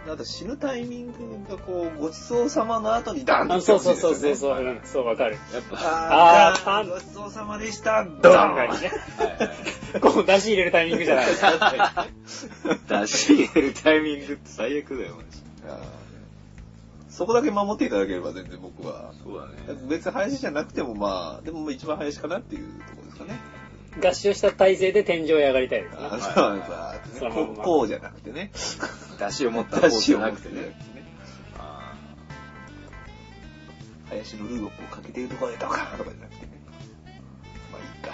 Speaker 2: あと死ぬタイミングがこう、ごちそうさまの後にダン
Speaker 4: あ
Speaker 2: と
Speaker 4: そうそうそうそう
Speaker 2: う。
Speaker 4: そう、うん、そうわかる。
Speaker 1: やっぱ、
Speaker 2: あー
Speaker 4: あー
Speaker 2: ごちそうさまでした
Speaker 4: ド
Speaker 2: ド
Speaker 4: ーン
Speaker 2: ー
Speaker 4: が
Speaker 2: ン
Speaker 4: ね。
Speaker 1: はいはい
Speaker 4: こう出し入れるタイミングじゃない。
Speaker 1: 出し入れるタイミングって最悪だよ、マジ
Speaker 2: あーそこだけ守っていただければ全然僕は。
Speaker 1: そうだね。
Speaker 2: 別に林じゃなくてもまあ、でも一番林かなっていうところですかね。
Speaker 4: 合唱した体勢で天井へ上がりたいです
Speaker 2: あ
Speaker 4: ね。
Speaker 2: ーそうなんです
Speaker 4: そ
Speaker 2: ね
Speaker 4: のま
Speaker 2: こ
Speaker 4: ん
Speaker 2: う
Speaker 4: ま
Speaker 2: こうじゃなくてね。
Speaker 1: 出汁を持った
Speaker 2: 出
Speaker 1: 方じ
Speaker 2: 汁
Speaker 1: ゃ
Speaker 2: を
Speaker 1: な
Speaker 2: なく
Speaker 1: く
Speaker 2: て
Speaker 1: て
Speaker 2: ね
Speaker 1: ね。。あ
Speaker 2: 林のルーをこうかけているところでドカーンとかじゃなくてね。まあいいか。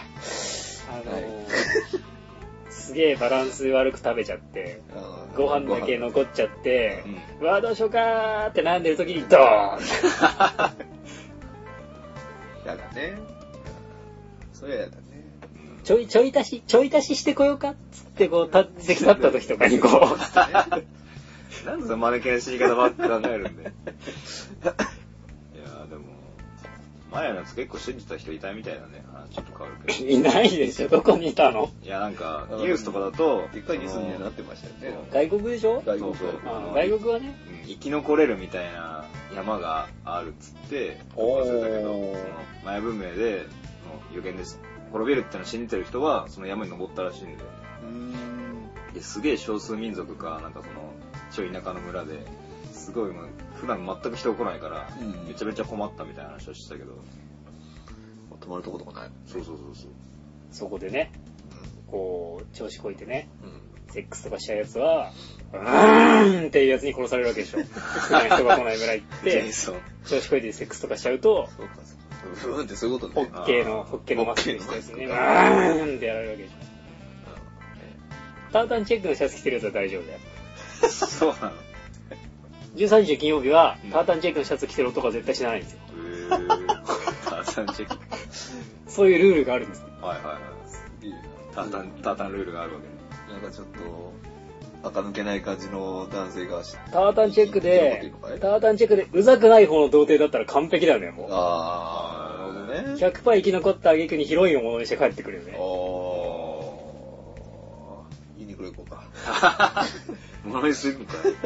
Speaker 4: あのー
Speaker 2: はい
Speaker 4: すげえバランス悪く食べちゃって、
Speaker 2: あー
Speaker 4: ご飯だけ残っちゃって
Speaker 1: ー、
Speaker 4: うわ、どうしようかーって悩んでる時にドー ン
Speaker 2: だからね。それやだね。
Speaker 4: ちょい、ちょい足し、ちょい足ししてこようかっつってこう、立って立った時とかにこ う、
Speaker 1: うんなんでそのマネキンの死に方ばっか考えるんだよ。いやーでも、前のやつ結構信じた人いたみたいなね。話ちょっと変わるけど。
Speaker 4: いないでしょ、どこにいたの
Speaker 1: いや、なんか、ニュースとかだと、
Speaker 2: でっかいニュースにはなっ
Speaker 1: そ
Speaker 2: てましたよね。
Speaker 4: 外国でしょ
Speaker 2: 外国
Speaker 1: そうそう
Speaker 4: あー外国はね、
Speaker 1: のうん生き残れるみたいな山があるっつって、
Speaker 2: おー
Speaker 1: 忘れたけど、その前文明で、その予言です。滅びるってのを信じてる人は、その山に登ったらしいんだよね。
Speaker 2: うーん。
Speaker 1: ですげえ少数民族か、なんかその、ちょい田舎の村で、すごいもう、普段全く人来ないから、
Speaker 2: うん
Speaker 1: めちゃめちゃ困ったみたいな話をしてたけど、
Speaker 2: 泊まるとことかない。
Speaker 1: そうそうそうそう。
Speaker 4: そこでね、こう、調子こいてね、
Speaker 2: うん。
Speaker 4: セックスとかしたやつは、うーんっていうやつに殺されるわけで しょ。少ない人が来ないぐらい行っ
Speaker 1: ジ
Speaker 4: て
Speaker 1: ェイ、ソン
Speaker 4: 調子こいてセックスとかしちゃうと、
Speaker 2: そうか、そうか。うんってそういうこと
Speaker 4: ホ
Speaker 2: ね。
Speaker 4: ッケーの、ホッケーのマスクにしたやつにね、うーんってやられるわけでしょ。タータンチェックのシャツ着てるやつは大丈夫だよ。
Speaker 1: そうなの。
Speaker 4: 13日金曜日は、タータンチェックのシャツ着てる男は絶対死なないんですよ。
Speaker 1: へ ー。 タータンチェック。
Speaker 4: そういうルールがあるんです。
Speaker 1: はいはいはい。
Speaker 2: いいな
Speaker 1: タータン、タータンルールがあるわけね。
Speaker 2: なんかちょっと、垢抜けない感じの男性が、
Speaker 4: タータンチェックで、
Speaker 2: あ
Speaker 4: タータンチェックでうざくない方の童貞だったら完璧だよね、もう。
Speaker 2: あー、なるほどね。
Speaker 4: 100%生き残った挙句にヒロインをものにして帰ってくるよね。
Speaker 2: おー、ユニクロ行こ うか。
Speaker 1: ものにするのかよ。
Speaker 2: ユ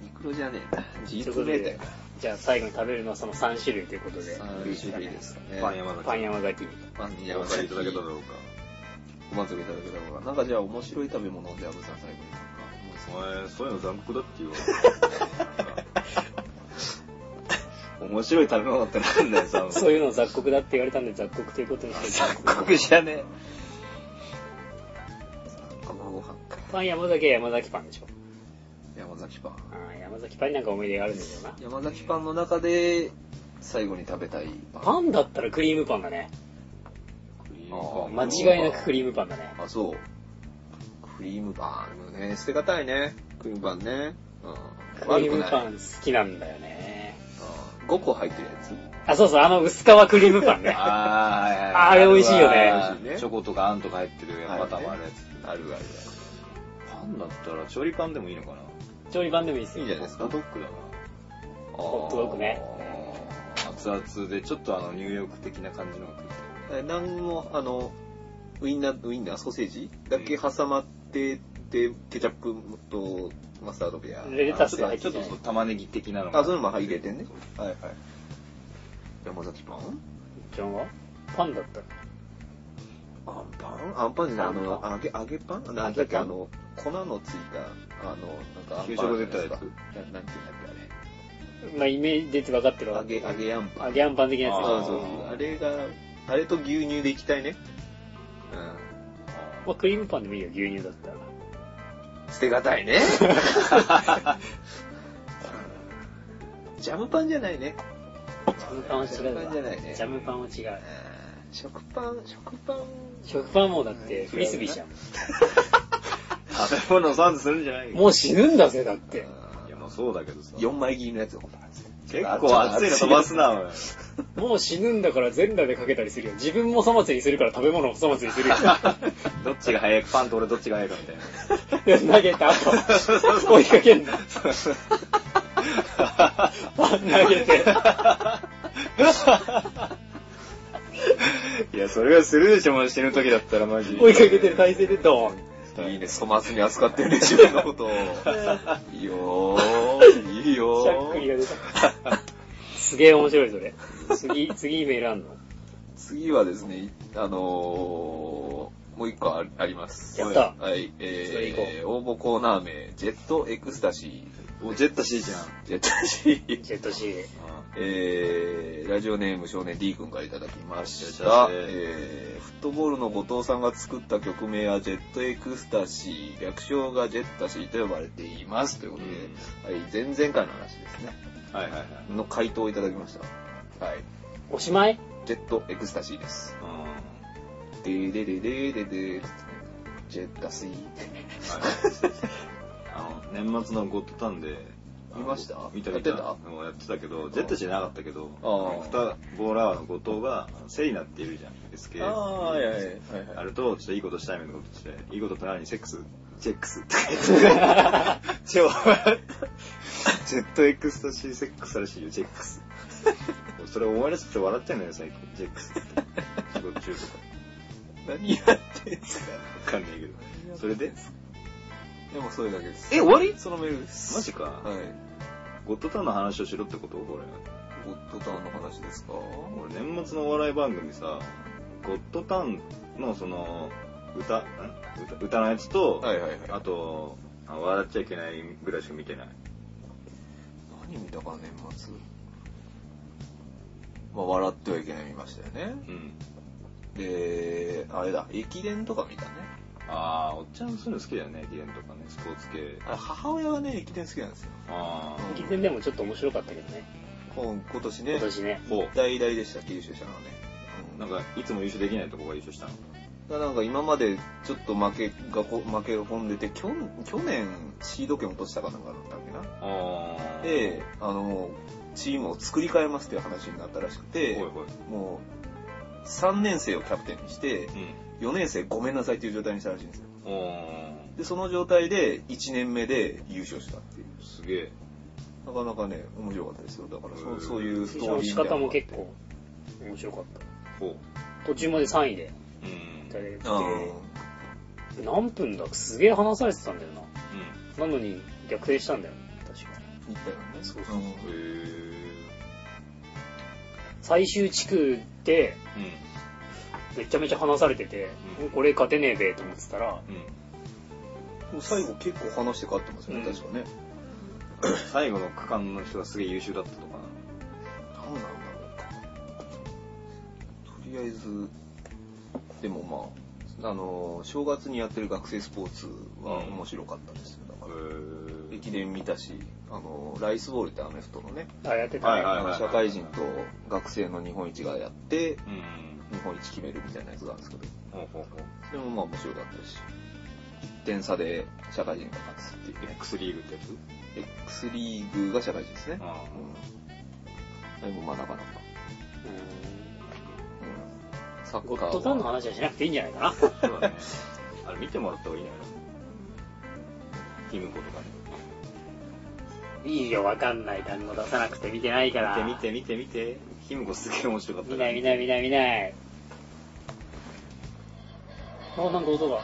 Speaker 2: ニクロじゃねえな。ジ
Speaker 4: とい
Speaker 2: ー
Speaker 4: うこ
Speaker 2: プ
Speaker 4: と
Speaker 2: メー
Speaker 4: で
Speaker 2: ター、
Speaker 4: じゃあ最後に食べるのはその3種類ということで。
Speaker 2: 3種類ですかね。
Speaker 1: パン山崎。
Speaker 4: パン山崎。
Speaker 2: パン
Speaker 1: お
Speaker 2: に山
Speaker 1: 分か
Speaker 2: 崎
Speaker 1: りいただけただろうか。
Speaker 2: ご満足いただけたのが。なんかじゃあ面白い食べ物で、アブさん最後になんか思いつ
Speaker 1: お前、そういうの残酷だって言 わ面白い食べ物ってなんだよ、さ。
Speaker 4: そういうのを雑穀だって言われたんで雑穀ということにして
Speaker 1: 残酷じゃね
Speaker 2: くかご飯か。
Speaker 4: パン山崎は山崎パンでしょ。
Speaker 2: 山崎パン。
Speaker 4: あー山崎パンになんか思い出があるんだけどな。
Speaker 2: 山崎パンの中で、最後に食べたいパン。
Speaker 4: パンだったらクリームパンだね。
Speaker 2: あ
Speaker 4: 間違いなくクリームパンだね。
Speaker 2: あ、そう。クリームパン。ね、捨てがたいね。クリームパンね。うん。
Speaker 4: クリー
Speaker 2: 悪く
Speaker 4: ム
Speaker 2: な
Speaker 4: パ
Speaker 2: い。
Speaker 4: ン好きなんだよね。
Speaker 2: 5個入ってるやつ。
Speaker 4: あ、そうそう、あの薄皮クリームパ ンね。
Speaker 1: あーはいはい
Speaker 4: あれ美味しいよね
Speaker 1: あれはチョコとかあんとか入ってるやつ、またもあるやつ。
Speaker 2: あるあるある。
Speaker 1: パンだったら、調理パンでもいいのかな
Speaker 4: 調理パンでもいいです
Speaker 2: いいんじ。
Speaker 4: よ
Speaker 2: ゃないです
Speaker 1: ホッ
Speaker 2: か
Speaker 1: ト。ドッグだな。
Speaker 4: ホットドッグね
Speaker 1: あー熱々で、ちょっとあの、ニューヨーク的な感じのが食いたい。
Speaker 2: え何もあのウインナーウインナーソーセージだけ挟まってて、ケチャップとマスタードビア
Speaker 4: レタスが入って
Speaker 1: ちょっ
Speaker 4: る
Speaker 1: とそう玉ねぎ的なのが。
Speaker 2: あそういうのも入れてんねはいはい山崎パン
Speaker 4: ちゃんはパンだった
Speaker 2: アンパンアンパンじゃないあの
Speaker 4: ア
Speaker 2: 揚げ揚げパンなんだっけ
Speaker 4: 揚げパン
Speaker 2: あの粉のついたあのなんかアンパン
Speaker 1: 給食で出たやつ
Speaker 2: なんなんていうんだっ
Speaker 4: まあ、イメージ出て分かってる
Speaker 2: けあ
Speaker 4: わ。
Speaker 2: れ揚げ揚げアンパン
Speaker 4: 揚げあんパン的なやつ
Speaker 2: そう
Speaker 1: あー
Speaker 2: そうそうあれがあれと牛乳でいきたいねう
Speaker 4: まあ、クリームパンでもいいよ、牛乳だったら。
Speaker 2: ん捨てがたいね ジャムパンじゃないね
Speaker 4: ジャムパンは違う
Speaker 2: ジャムパン
Speaker 4: わ。
Speaker 2: じゃないね
Speaker 4: ジャムパンは違う
Speaker 2: あ。ー食パン食パン
Speaker 4: 食パンはもうだって、フリスビーじゃん。
Speaker 1: 食べ物をサービスするんじゃないよ。
Speaker 4: もう死ぬんだぜ、だって。
Speaker 1: いや、まあそうだけどさ。
Speaker 2: 4枚切りのやつが本当なんですよ
Speaker 1: 結構熱いの飛ばすな、おい。
Speaker 4: もう死ぬんだから全裸でかけたりするよ。自分も粗末にするから食べ物も粗末にするよ。
Speaker 1: どっちが早く、パンと俺どっちが早いかみたいな。
Speaker 4: で投げた後、追いかけんの。パン投げて。
Speaker 1: いや、それはするでしょ、もう死ぬ時だったらマジ。
Speaker 4: 追いかけてる体勢でドーン。
Speaker 2: いいね、粗末に扱ってるね、自分の ことを。いいよー、いいよ
Speaker 4: しゃっくりが
Speaker 2: ー。
Speaker 4: 出た。すげえ面白い、それ。次、次メールあんの
Speaker 2: 次はですね、あのー、もう一個ああります。
Speaker 4: やった
Speaker 2: はい、
Speaker 4: それ
Speaker 2: え
Speaker 4: 行
Speaker 2: ー、応募コーナー名、ジェットエクスタシ
Speaker 1: おジェット C じゃん。
Speaker 2: ー。ジェットエクスタシー。
Speaker 4: ジェット C。
Speaker 2: えー、ラジオネーム少年 D 君からいただきまし
Speaker 1: よ
Speaker 2: た。
Speaker 1: っしゃ
Speaker 2: えー、フットボールの後藤さんが作った曲名はジェットエクスタシー、略称がジェッタシーと呼ばれています。ということで、はい、前々回の話ですね。
Speaker 1: はいはいはい。
Speaker 2: の回答をいただきました。はい。
Speaker 4: おしまい
Speaker 2: ジェットエクスタシーです。
Speaker 1: うん。はい
Speaker 2: ででででででジェッタシー。
Speaker 1: あの、年末のゴッドタンで、あの
Speaker 2: 見ました
Speaker 1: 見た
Speaker 2: や
Speaker 1: 見。
Speaker 2: った
Speaker 1: や
Speaker 2: てた
Speaker 1: やってたけど、ジェットじゃなかったけど、
Speaker 2: あ
Speaker 1: ふたボーラーの後藤が、セリナっているじゃん。SK。
Speaker 2: あーはいはいはいはい
Speaker 1: あれと、ちょっといいことしたいみたいなことして、いいことって何セックスチェックスって言って。ジェットエクスタシーセックスらしいよ、ジェック ス。それ思い出して笑ってんのよ、最近。ジェックスって。仕事中とか。
Speaker 2: 何やってんす か
Speaker 1: わかんないけど。それで
Speaker 2: でもそれだけです。
Speaker 1: え終わり
Speaker 2: そのメールです。
Speaker 1: マジか。
Speaker 2: はい。
Speaker 1: ゴッドタンの話をしろってことこれ。
Speaker 2: ゴッドタウンの話ですか
Speaker 1: 俺年末のお笑い番組さ、ゴッドタンのその、歌、ん歌歌のやつと、
Speaker 2: はいはいはい。
Speaker 1: あと、あ笑っちゃいけないぐらいしか見てない。
Speaker 2: 何見たか年末。まあ、笑ってはいけない見ましたよね。
Speaker 1: うん。
Speaker 2: で、あれだ、駅伝とか見たね。
Speaker 1: ああ、おっちゃんそういうの好きだよね、ゲームとかね、スポーツ系。
Speaker 2: あれ母親がね、駅伝好きなんですよ。
Speaker 1: ああ、
Speaker 4: 以前でもちょっと面白かったけどね。
Speaker 2: 今今年ね
Speaker 4: 今、年ね。
Speaker 1: ほ
Speaker 2: 大々でしたっけ、優勝者のね。
Speaker 1: う。なんか、いつも優勝できないとこが優勝したの。
Speaker 2: だからなんか今までちょっと負けがこ負けが込んでて、去去年シード権落としたかなんかだったっけな。
Speaker 1: ああ。
Speaker 2: で、あの、もうチームを作り変えますっていう話になったらしくて
Speaker 1: ほい、ほい。
Speaker 2: もう、3年生をキャプテンにして、4年生ごめんなさいっていう状態にしたらしいんですよ。
Speaker 1: うん。お
Speaker 2: で、その状態で1年目で優勝したっていう。
Speaker 1: ー、すげえ。
Speaker 2: なかなかね、面白かったですよ。だからそ
Speaker 1: へー
Speaker 2: うそういうス
Speaker 4: 優
Speaker 2: トー
Speaker 4: 勝の
Speaker 2: リー
Speaker 4: 仕
Speaker 2: みたいな
Speaker 4: 方
Speaker 2: のが
Speaker 4: も
Speaker 2: あって
Speaker 4: 結構面白かった。
Speaker 1: ほう。
Speaker 4: 途中まで3位で
Speaker 1: うん。
Speaker 4: いただいて
Speaker 2: あ
Speaker 4: 何分だすげえ話されてたんだよな。なのに逆転したんだよ、確か。
Speaker 2: ー見たよね。
Speaker 4: そう
Speaker 2: そう
Speaker 1: うん。へ
Speaker 4: 最終地区で
Speaker 1: え。うん。
Speaker 4: めちゃめちゃ話されてて、
Speaker 1: うん
Speaker 4: これ勝てねえべと思ってたら、
Speaker 1: うん。
Speaker 2: ん。最後結構話して勝ってますよね、
Speaker 4: うん
Speaker 2: 確かね。
Speaker 1: 最後の区間の人がすげえ優秀だったとか
Speaker 2: 何なんだろうか。とりあえず、でもまあ、あの、正月にやってる学生スポーツは
Speaker 1: うん
Speaker 2: 面白かったですよ。だか
Speaker 1: な。
Speaker 2: ら、
Speaker 1: へ
Speaker 2: 駅伝見たし、あの、ライスボールってアメフトのね、
Speaker 4: あ、やってたね。
Speaker 1: はい
Speaker 2: あの社会人と学生の日本一がやって、
Speaker 1: うん。
Speaker 2: 日本一決めるみたいなやつがあるんですけど、
Speaker 1: ほうほうほう。
Speaker 2: それもまあ面白かったし、1点差で社会人が勝つっていうね。
Speaker 1: X リーグってやつ
Speaker 2: X リーグが社会人ですね。
Speaker 1: あ
Speaker 2: うん。でもまあなかなか。うん。サ
Speaker 4: うんゴッドタンの話はしなくていいんじゃないかな。
Speaker 1: あ。そうだね。あれ見てもらった方がいいんじゃないかな。ティムコとかね。
Speaker 4: いいよ、わかんない単語出さなくて見てないから。
Speaker 1: 見て見て見て見て。ひむこすげえ面白かった
Speaker 4: 見
Speaker 1: か
Speaker 4: な
Speaker 1: ら
Speaker 4: い見ない見ない見ない。あ、なんか音が。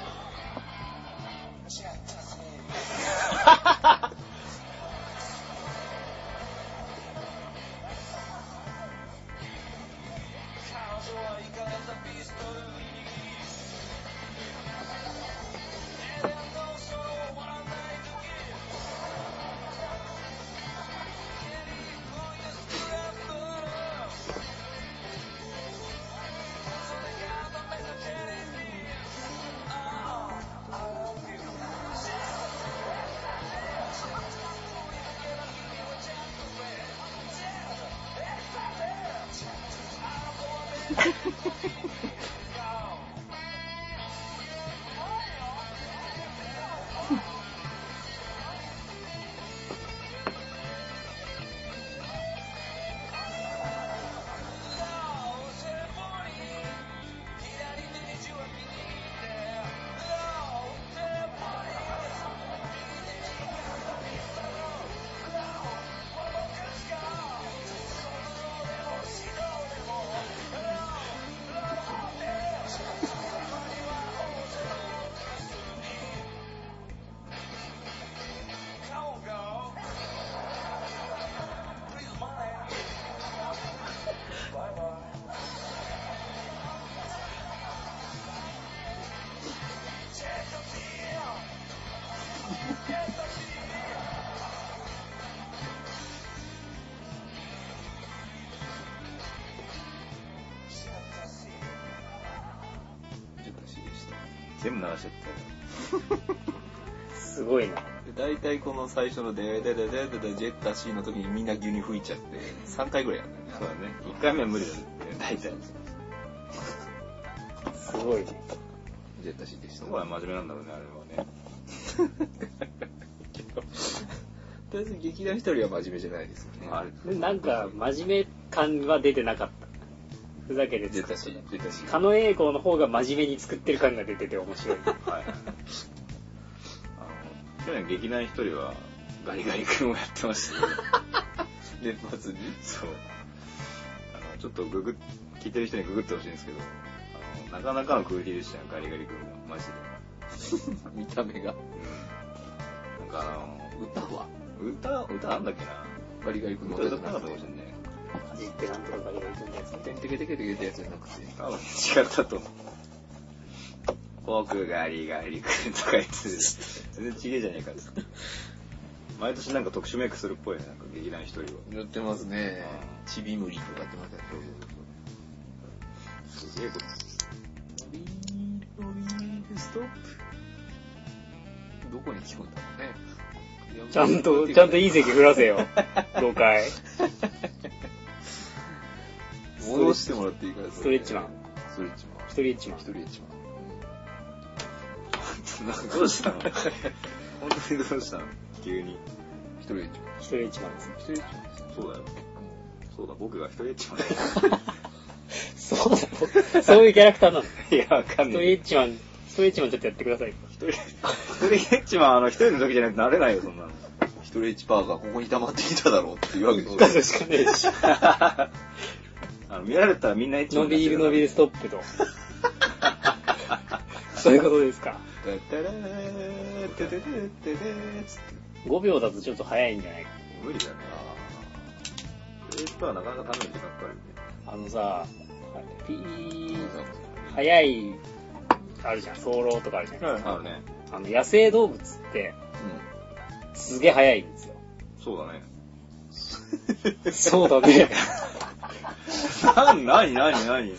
Speaker 1: 全部流しちゃったよ。
Speaker 4: すごいな。
Speaker 2: で大体この最初の「ででででででジェッタシー」の時にみんな牛乳吹いちゃって3回ぐらいやった
Speaker 1: そうだね。1回目は無理だね。大体。
Speaker 4: すごいね。
Speaker 2: ジェッタシーでし
Speaker 1: す
Speaker 2: た
Speaker 1: ごい真面目なんだろうね、あれはね。
Speaker 2: とりあえず劇団一人は真面目じゃないですよね
Speaker 1: あれ
Speaker 4: でなんか、真面目感は出てなかった。ふざけて
Speaker 2: ジェッ
Speaker 4: 作
Speaker 2: タ
Speaker 4: っ
Speaker 2: シ
Speaker 4: て
Speaker 2: ージェッタシー
Speaker 4: 狩野英孝の方が真面目に作ってる感が出てて面白 い。
Speaker 1: はい。あの、去年劇団一人はガリガリ君をやってました けど、
Speaker 2: 年末に
Speaker 1: そう。あの、ちょっとググっ、聞いてる人にググってほしいんですけど、あの、なかなかのクオリティでしたね、ガリガリ君が。マジで。
Speaker 2: 見た目が
Speaker 1: うん。なんか
Speaker 2: 歌は
Speaker 1: あの、歌、歌なんだっけな。
Speaker 2: ガリガリ君の
Speaker 1: 歌だ
Speaker 2: 歌じ
Speaker 1: っ
Speaker 2: ゃ
Speaker 1: た
Speaker 2: な
Speaker 1: か
Speaker 2: く
Speaker 1: も
Speaker 2: て
Speaker 1: しれない。
Speaker 4: 走ってなんとかが言われてるんです
Speaker 2: テンテケテケテケってやつじゃなくて
Speaker 1: 多分違ったと思う。僕ガリガリ君とか言って、全然ちげえじゃねえかっつって。毎年なんか特殊メイクするっぽいね、なんか劇団一人は。
Speaker 2: 塗ってますねちびむりとかやってますね
Speaker 1: すげえこと。
Speaker 2: ビールビールストップどこに聞こえたのね
Speaker 4: ちゃんと、ちゃんといい席振らせよ。5回。
Speaker 2: 戻してもらっていいから
Speaker 4: ストレッチマン。
Speaker 2: ストレッチマン
Speaker 4: 一人一枚
Speaker 2: 一。人一番。
Speaker 1: なんかどうしたの本当にどうしたの急に。
Speaker 2: 一人一番。
Speaker 4: 一人一枚です。
Speaker 2: 一人一番ですね。
Speaker 1: そうだよ。そうだ、僕が一人エッチマン
Speaker 4: そうだ、そういうキャラクターなの。ス
Speaker 1: だ。いや、わかん
Speaker 4: ト
Speaker 1: な
Speaker 4: レ
Speaker 1: い。
Speaker 4: ッチマン、ストレッチマンちょっとやってください。
Speaker 1: 一人、一人エッチマン、あの、一人の時じゃないとなれないよ、そんなの。
Speaker 2: 一人一パーがここに溜まってきただろうっていうわけですよ
Speaker 4: 数しかねえし。
Speaker 1: あの、見られたらみんなエッチマ
Speaker 4: 伸
Speaker 1: ンになっ
Speaker 4: び
Speaker 1: て
Speaker 4: る
Speaker 1: る。
Speaker 4: 伸びるストッ プと。そういうことですか。
Speaker 2: だったらーてててててーつって。
Speaker 4: 5秒だとちょっと早いんじゃないか。
Speaker 1: 無理だね。ストレッチパンはなかなか食べる時間かかるよね。
Speaker 4: あのさ、ピー、
Speaker 2: あ
Speaker 4: 早い、あるじゃん。早漏とかあるじゃん。
Speaker 2: はい
Speaker 1: あのね、
Speaker 4: あの、野生動物って、すげえ早いんですよ。
Speaker 1: そうだね。
Speaker 4: そうだね。
Speaker 1: な、なになになに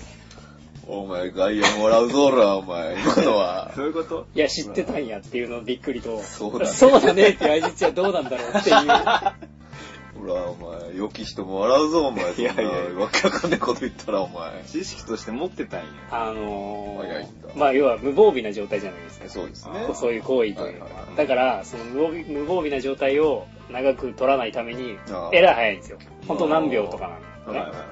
Speaker 2: お前、外野もらうぞおら、お前。今のは。
Speaker 1: そういうこと
Speaker 4: いや、知ってたんやっていうのびっくりと、
Speaker 2: そうだね
Speaker 4: そうだねっていう相槌はどうなんだろう っていう。
Speaker 2: ほら、お前、良き人も笑うぞ、お前。
Speaker 1: いやいやいや
Speaker 2: そんなわけわかんないこと言ったら、お前。
Speaker 1: 知識として持ってたんや。
Speaker 4: あの
Speaker 2: 早いんだ
Speaker 4: ー、まあ要は無防備な状態じゃないですか。
Speaker 2: そうです
Speaker 1: ね
Speaker 4: こうそういう行為というの
Speaker 2: はいはい
Speaker 1: は
Speaker 4: は。
Speaker 1: い
Speaker 4: だから、その無防備無防備な状態を長く取らないために
Speaker 2: あ、ー
Speaker 4: えらい早いんですよ。ほんと何秒とかなんですよ
Speaker 1: はいはい
Speaker 4: ね。
Speaker 1: はい。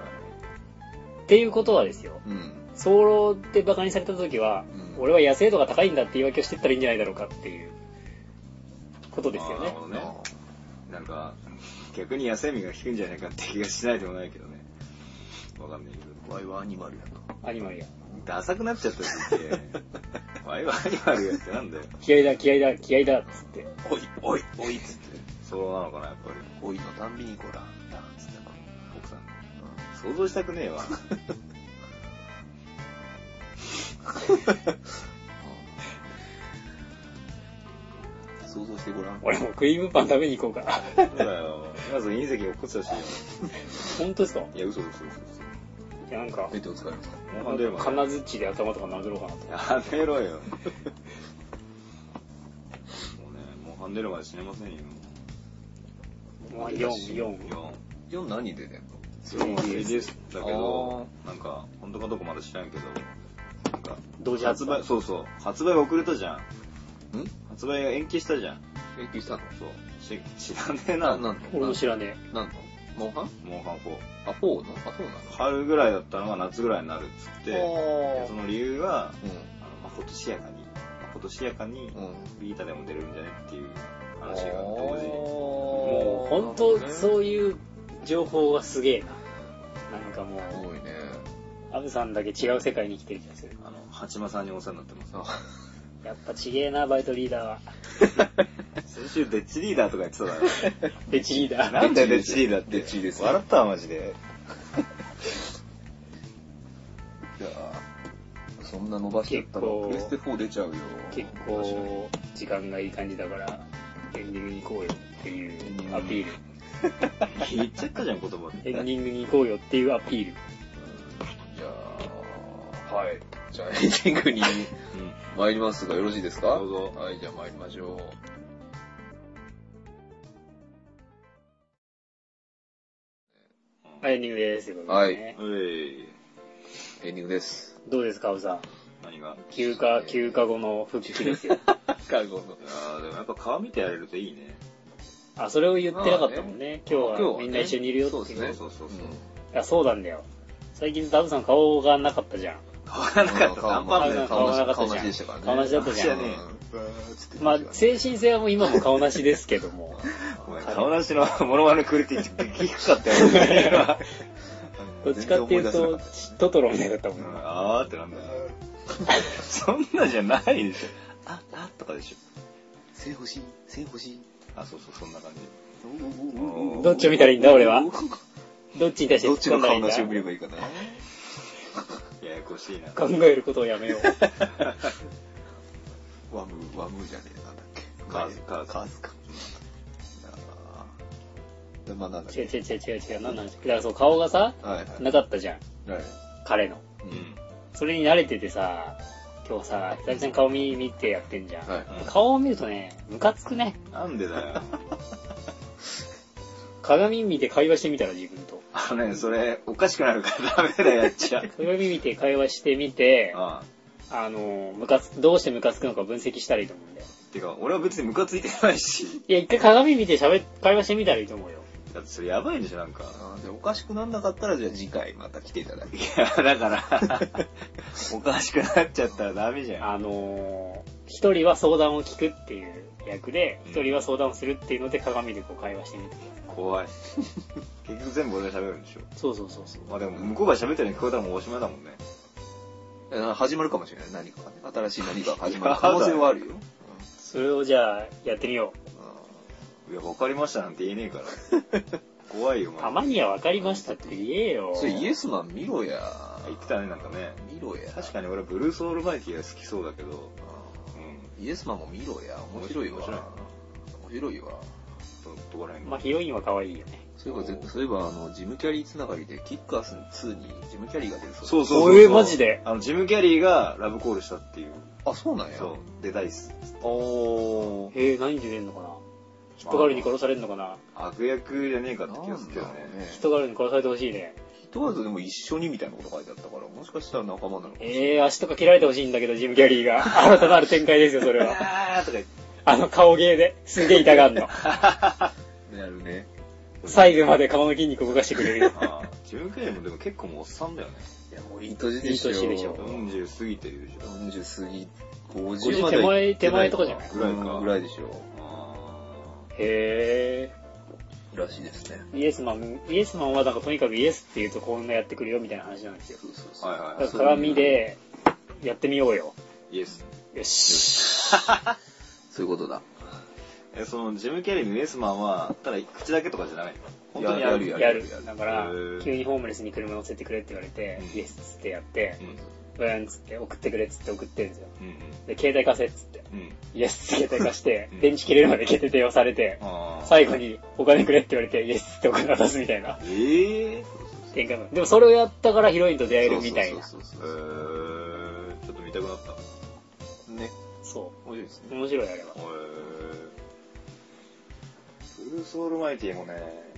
Speaker 4: っていうことはですよ、
Speaker 2: うん。
Speaker 4: 早漏って馬鹿にされた時は、
Speaker 2: うん
Speaker 4: 俺は野生度が高いんだって言い訳をしてったらいいんじゃないだろうかっていうことですよ
Speaker 1: あーなる
Speaker 4: ね
Speaker 1: ほ。どね。なんか、逆に野生味が効くんじゃないかって気がしないでもないけど ね。わかんないけど。
Speaker 2: ワイはアニマルやな。
Speaker 4: アニマルや。
Speaker 1: ダサくなっちゃったし、ワイはアニマルやってなんだよ。
Speaker 4: 気合だ、気合だ、気合だ、つって。
Speaker 2: おい、おい、おいっつって。
Speaker 1: そうなのかな、やっぱり。
Speaker 2: おいのたんびにこら、ダンつってな。
Speaker 1: 奥さん。想像したくねえわ。
Speaker 2: うん想像してごらん。
Speaker 4: 俺もクリームパン食べに行こうか
Speaker 1: そ
Speaker 4: な。
Speaker 1: うだよ。まず隕石落っこちたし。
Speaker 4: 本当ですかい
Speaker 1: いや、嘘嘘嘘嘘。
Speaker 4: や、なんか、
Speaker 2: ペットを使いますか
Speaker 1: モンハンでも
Speaker 4: 金づちで頭とか殴ろうかなと。
Speaker 1: やめろよ。もうね、もうハンデルまで死ねませんよ。
Speaker 4: まあ、4、4。
Speaker 1: 4。
Speaker 2: 今日何出てんの
Speaker 1: それも 3DS だけど、
Speaker 2: あ
Speaker 1: なんか、本当かどうかまだ知らんけど、なんか、
Speaker 4: 同時
Speaker 1: 発売、
Speaker 4: 発売。
Speaker 1: そうそう、発売が遅れたじゃん。
Speaker 2: ん
Speaker 1: 発売が延期したじゃん。
Speaker 2: え、聞いたの
Speaker 1: そう。し 知らねえ
Speaker 2: な、
Speaker 1: な、
Speaker 2: なんの
Speaker 4: 俺も知らね
Speaker 2: なんのモンハン
Speaker 1: モンハン4。
Speaker 2: あ、フォーのあ、そうなの
Speaker 1: 春ぐらいだったのが夏ぐらいになるっつって、でそ
Speaker 2: あ
Speaker 1: の理由が、
Speaker 2: ー
Speaker 1: あのまあ、今年やかに、まあ、今年やかに
Speaker 2: う、ん。うん。
Speaker 1: ビータでも出るんじゃねっていう話が同時に。
Speaker 4: も
Speaker 2: も
Speaker 4: う本当、そういう情報がすげえな。なんかも
Speaker 2: す
Speaker 4: う、
Speaker 2: ごいね。
Speaker 4: アブさんだけ違う世界に来てる気がする。
Speaker 1: あの、八間さんにお世話になってます。
Speaker 2: あ
Speaker 4: やっぱちげえな、バイトリーダーは。
Speaker 1: 先週、デッチリーダーとか言ってただろ。
Speaker 4: デチリーダー。
Speaker 1: なんだよ、デッチリーダーって。
Speaker 2: デッチリです
Speaker 1: 笑ったわ、マジで。
Speaker 2: いやーそんな伸ばしちゃったら
Speaker 4: 結構
Speaker 2: プレステ4出ちゃうよ。
Speaker 4: 結構、時間がいい感じだから、エンディングに行こうよっていうアピール。
Speaker 1: 言っちゃったじゃん、 言葉
Speaker 4: エンディングに行こうよっていうアピー
Speaker 2: い
Speaker 4: ル。
Speaker 2: やーはい。じゃあエンディングに
Speaker 1: うん。
Speaker 2: 参りますがよろしいですか
Speaker 1: どうぞ
Speaker 2: はい、じゃあ参りましょう。
Speaker 4: はいエンディングです。ということでね
Speaker 1: うい。
Speaker 2: エンディングです。
Speaker 4: どうですか、アブさん。
Speaker 1: 何が
Speaker 4: 休暇、休暇後の復帰で すよ。
Speaker 2: カゴの。
Speaker 1: いやーでもやっぱ川見てやれるといいね。
Speaker 4: あ、それを言ってなかったもんね。今日
Speaker 2: 今日
Speaker 4: は
Speaker 2: はね
Speaker 4: みんな一緒にいるよって
Speaker 2: そう
Speaker 4: い
Speaker 2: です
Speaker 4: う。
Speaker 2: ね
Speaker 1: そうそうそう。
Speaker 4: いや、そうなんだよ。最近ダブさん顔がなかったじゃん。
Speaker 1: 川がなかった。
Speaker 2: 川
Speaker 1: 短パンだよ。
Speaker 2: 顔
Speaker 4: 顔
Speaker 2: な
Speaker 4: な
Speaker 2: し顔
Speaker 4: かった
Speaker 2: なし
Speaker 4: じゃん
Speaker 2: でしたからね。
Speaker 4: 顔なしだったじゃん
Speaker 1: 顔なしやね
Speaker 4: まあ、精神性はもう今も顔なしですけど も。
Speaker 1: お前顔なしのモノマネクオリティ激低かったよ。
Speaker 4: どっちかっていうと、トトロみたいだったも
Speaker 1: うん
Speaker 4: ん。
Speaker 1: あーってなんだよ。そんなじゃないでしょ。あ、あとかでしょ。
Speaker 2: 背欲しい、背欲しい。
Speaker 1: あ、そうそう、そんな感じ。
Speaker 4: どっちを見たらいいんだ俺は
Speaker 2: ど
Speaker 4: どっちに対して突
Speaker 2: っ
Speaker 4: っ
Speaker 2: ち
Speaker 4: 込
Speaker 2: の
Speaker 4: んだら
Speaker 2: 顔
Speaker 4: いいんだ
Speaker 2: なしを見ればいいかな。
Speaker 1: ややこしいな。
Speaker 4: 考えることをやめよう。
Speaker 2: ワム、ワムじゃねえ、なんだっけ。
Speaker 1: カーズカーズ
Speaker 2: カーズか。あーで、まあなんだっ
Speaker 4: 違う
Speaker 2: け。
Speaker 4: 違う違う違う違う。なんなんだからそう、顔がさ、
Speaker 2: はいはい。
Speaker 4: なかったじゃん。
Speaker 2: はい。
Speaker 4: 彼の。
Speaker 1: う
Speaker 2: うんん。。
Speaker 4: それに慣れててさ、今日さ、久々に顔見見てやってんじゃん。
Speaker 2: はい。
Speaker 4: 顔を見るとね、ムカつくね。
Speaker 1: なんでだよ。
Speaker 4: 鏡見て会話してみたら自分と。
Speaker 1: あのね、それ、おかしくなるからダメだよ、やっちゃ。
Speaker 4: 鏡見て会話してみて、
Speaker 1: ああ。
Speaker 4: あの、ムカつ、どうしてムカつくのか分析したらいいと思うんだよ。
Speaker 1: てか、俺は別にムカついてないし。
Speaker 4: いや、一回鏡見て喋っ、会話してみたらいいと思うよ。
Speaker 1: だってそれやばいでしょ、なんか。
Speaker 2: あーで、おかしくなんなかったら、じゃあ次回また来ていただいて。
Speaker 1: いや、だから、おかしくなっちゃったらダメじゃん。
Speaker 4: あのー、一人は相談を聞くっていう役で、
Speaker 1: うん
Speaker 4: 一人は相談をするっていうので鏡でこう会話してみてください。
Speaker 1: 怖い。結局全部俺が喋るんでしょ。
Speaker 4: そうそうそうそう。
Speaker 1: まあでも、向こうが喋ってるのに聞こえたらもうおしまいだもんね。
Speaker 2: あ始まるかもしれない、何かがね。新しい何かが 始まる可能性はあるよ。
Speaker 4: それをじゃあ、やってみよう。
Speaker 1: いや、わかりましたなんて言えねえから。 怖いよ、
Speaker 4: た
Speaker 1: マジ
Speaker 4: まには分かりましたって言え
Speaker 2: う
Speaker 4: よ
Speaker 2: ん。それイエスマン見ろや。
Speaker 1: で。言ってたね、なんかね。
Speaker 2: 見ろや。
Speaker 1: 確かに俺ブルース・オールマイティが好きそうだけど、う
Speaker 2: うん
Speaker 1: ん。
Speaker 2: イエスマンも見ろや。面白いわ
Speaker 1: 面白い。
Speaker 2: 面白いわ。
Speaker 1: ど、どこら辺
Speaker 4: ま
Speaker 1: が。
Speaker 4: あ、ヒロインは可愛いよね。
Speaker 2: そういえば
Speaker 1: お
Speaker 2: ぜ、そういえば、あの、ジムキャリーつながりで、キッカース2にジムキャリーが出る
Speaker 1: そうう
Speaker 2: です
Speaker 1: そうそう
Speaker 4: おえマジで
Speaker 1: あの、ジム・キャリーがラブコールしたっていう。
Speaker 2: あ、そうなんや。
Speaker 1: そう。で、ダイス。
Speaker 2: おー。
Speaker 4: えー、何で出んのかなヒットガールに殺されるのかな
Speaker 1: 悪役じゃねえか
Speaker 2: な
Speaker 1: っ
Speaker 2: ん
Speaker 1: て
Speaker 2: だ
Speaker 1: 気がするけど
Speaker 2: ろう
Speaker 1: ね。
Speaker 2: ね
Speaker 4: ヒッ。トガールに殺されてほしいね。
Speaker 2: ひとまずでも一緒にみたいなこと書いてあったから、もしかしたら仲間なのかもしれない。
Speaker 4: えー、足とか切られてほしいんだけど、ジム・キャリーが。新たなる展開ですよ、それは。
Speaker 1: あーとか言って。
Speaker 4: あの顔芸で、すげえ痛がんの。
Speaker 2: やるね。
Speaker 4: 細部まで顔の筋肉を動かしてくれる。
Speaker 1: あージム・キャリーもでも結構もうおっさんだよね。
Speaker 2: いや、もういい年でしょ。
Speaker 4: いい年でしょ
Speaker 1: 40過ぎてるでしょ。
Speaker 2: 40過ぎ、
Speaker 4: 50
Speaker 2: 50ま
Speaker 4: まで
Speaker 2: で。
Speaker 4: 手前手前とかじゃない
Speaker 2: ぐらいか。
Speaker 1: うん
Speaker 2: ぐらいでしょ。
Speaker 1: あ
Speaker 4: へ
Speaker 2: らしいですね。
Speaker 4: イエスマン、イエスマンはなんかとにかくイエスって言うとこんなやってくるよみたいな話なんですよ。
Speaker 2: そうそうそう。
Speaker 1: はいはい
Speaker 4: だ
Speaker 1: は
Speaker 4: から
Speaker 1: い。
Speaker 4: 鏡でやってみようよ。
Speaker 1: イエス。
Speaker 4: よし。
Speaker 2: そういうことだ。
Speaker 1: え、その、ジム・キャリーのイエスマンは、ただ口だけとかじゃないの本当に
Speaker 2: や
Speaker 1: やる
Speaker 2: や
Speaker 4: やる。だか
Speaker 1: へ
Speaker 4: ら
Speaker 1: ー、
Speaker 4: 急にホームレスに車乗せてくれって言われて、
Speaker 1: うん
Speaker 4: イエスっつってやって
Speaker 1: う、ん。
Speaker 4: ブーンっつって送ってくれっつって送ってるんですよ。
Speaker 1: うん。
Speaker 4: で、携帯貸せっつって、
Speaker 1: うん。
Speaker 4: イエスって携帯貸して
Speaker 1: うん、
Speaker 4: 電池切れるまで携帯をされて、
Speaker 1: ああ。
Speaker 4: 最後にお金くれって言われて、イエスってお金渡すみたいな
Speaker 1: ええ
Speaker 4: 展開も。でもそれをやったからヒロインと出会えるみたいな。
Speaker 2: そうそうそうそう
Speaker 1: ー。ちょっと見たくなった。
Speaker 2: そうね。
Speaker 4: そ
Speaker 1: 面白いですね
Speaker 4: う。。面白いあれは。
Speaker 1: ブルース・オールマイティもね、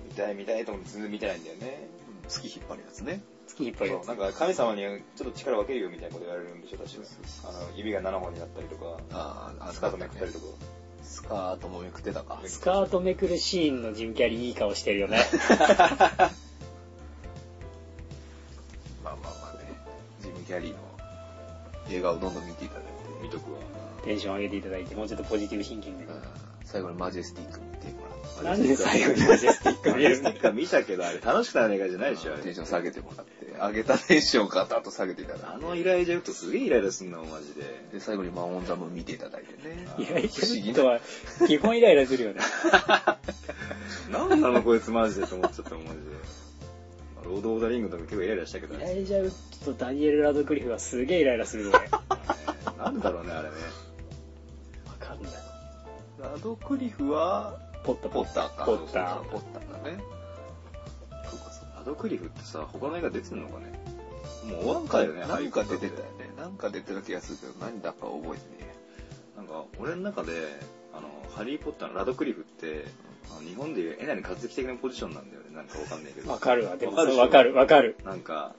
Speaker 1: 見たい見たいと思って全然見てないんだよね。
Speaker 2: 月引っ張るやつね。
Speaker 4: 月引っ張るや
Speaker 1: そう
Speaker 4: つ。
Speaker 1: なんか神様にちょっと力分けるよみたいなこと言われるんでしょ、確か
Speaker 2: そうそ
Speaker 1: あの、指が7本になったりとか、
Speaker 2: あーあ、
Speaker 1: スカートめくったりとか。
Speaker 2: スカートもめくってたか。
Speaker 4: スカートめくるシーンのジムキャリーいい顔してるよね。
Speaker 2: まあまあまあね。ジム・キャリーの映画をどんどん見ていただいて。
Speaker 1: 見とくわ。
Speaker 4: テンション上げていただいて、もうちょっとポジティブシンキングで
Speaker 2: うん。最後にマジェスティック見てもらって。
Speaker 4: なんで最後にマジェスティック見るの
Speaker 1: なんか見たけど、あれ楽しくない映画じゃないでしょ、あ
Speaker 2: テン
Speaker 1: れ
Speaker 2: シ。ョン下げてもらって。上げたテンションをガタッと下げていただ
Speaker 1: あ
Speaker 2: い
Speaker 1: の依頼じゃくとすげえイライラすんの、マジで。
Speaker 2: て。で、最後にマン・オン・ザ・ムーン見ていただいてね。
Speaker 4: イライラするとは、基本イライラするよね。
Speaker 1: なんなのこいつマジでと思っちゃったもん、マジで。まあロード・オーダリングとか結構イライラしたけど
Speaker 4: イ
Speaker 1: ね
Speaker 4: ラ。イラちゃうとダニエル・ラドクリフはすげえイライラするよね。わ
Speaker 1: なんだろうね、あれね。
Speaker 4: かんない。
Speaker 2: ラドクリフは、
Speaker 4: ポッ
Speaker 2: ポ
Speaker 4: タポッ
Speaker 2: ッターか。
Speaker 4: ポッター
Speaker 2: ポッターだね。そうかそうか。
Speaker 1: ラドクリフってさ、他の映画出てんのかねもう終わんかよね、
Speaker 2: なんか出て
Speaker 1: ハリウッド
Speaker 2: たよね。なんか出てた気がするけど、何だか覚えてね
Speaker 1: なんか、俺の中で、あの、ハリー・ポッターのラドクリフって、あの日本でいうえなり活躍的なポジションなんだよね。なんかわかんないけど。
Speaker 4: わかるわ。でも
Speaker 1: わかるでしょ
Speaker 4: わかるわかる。
Speaker 1: なんか、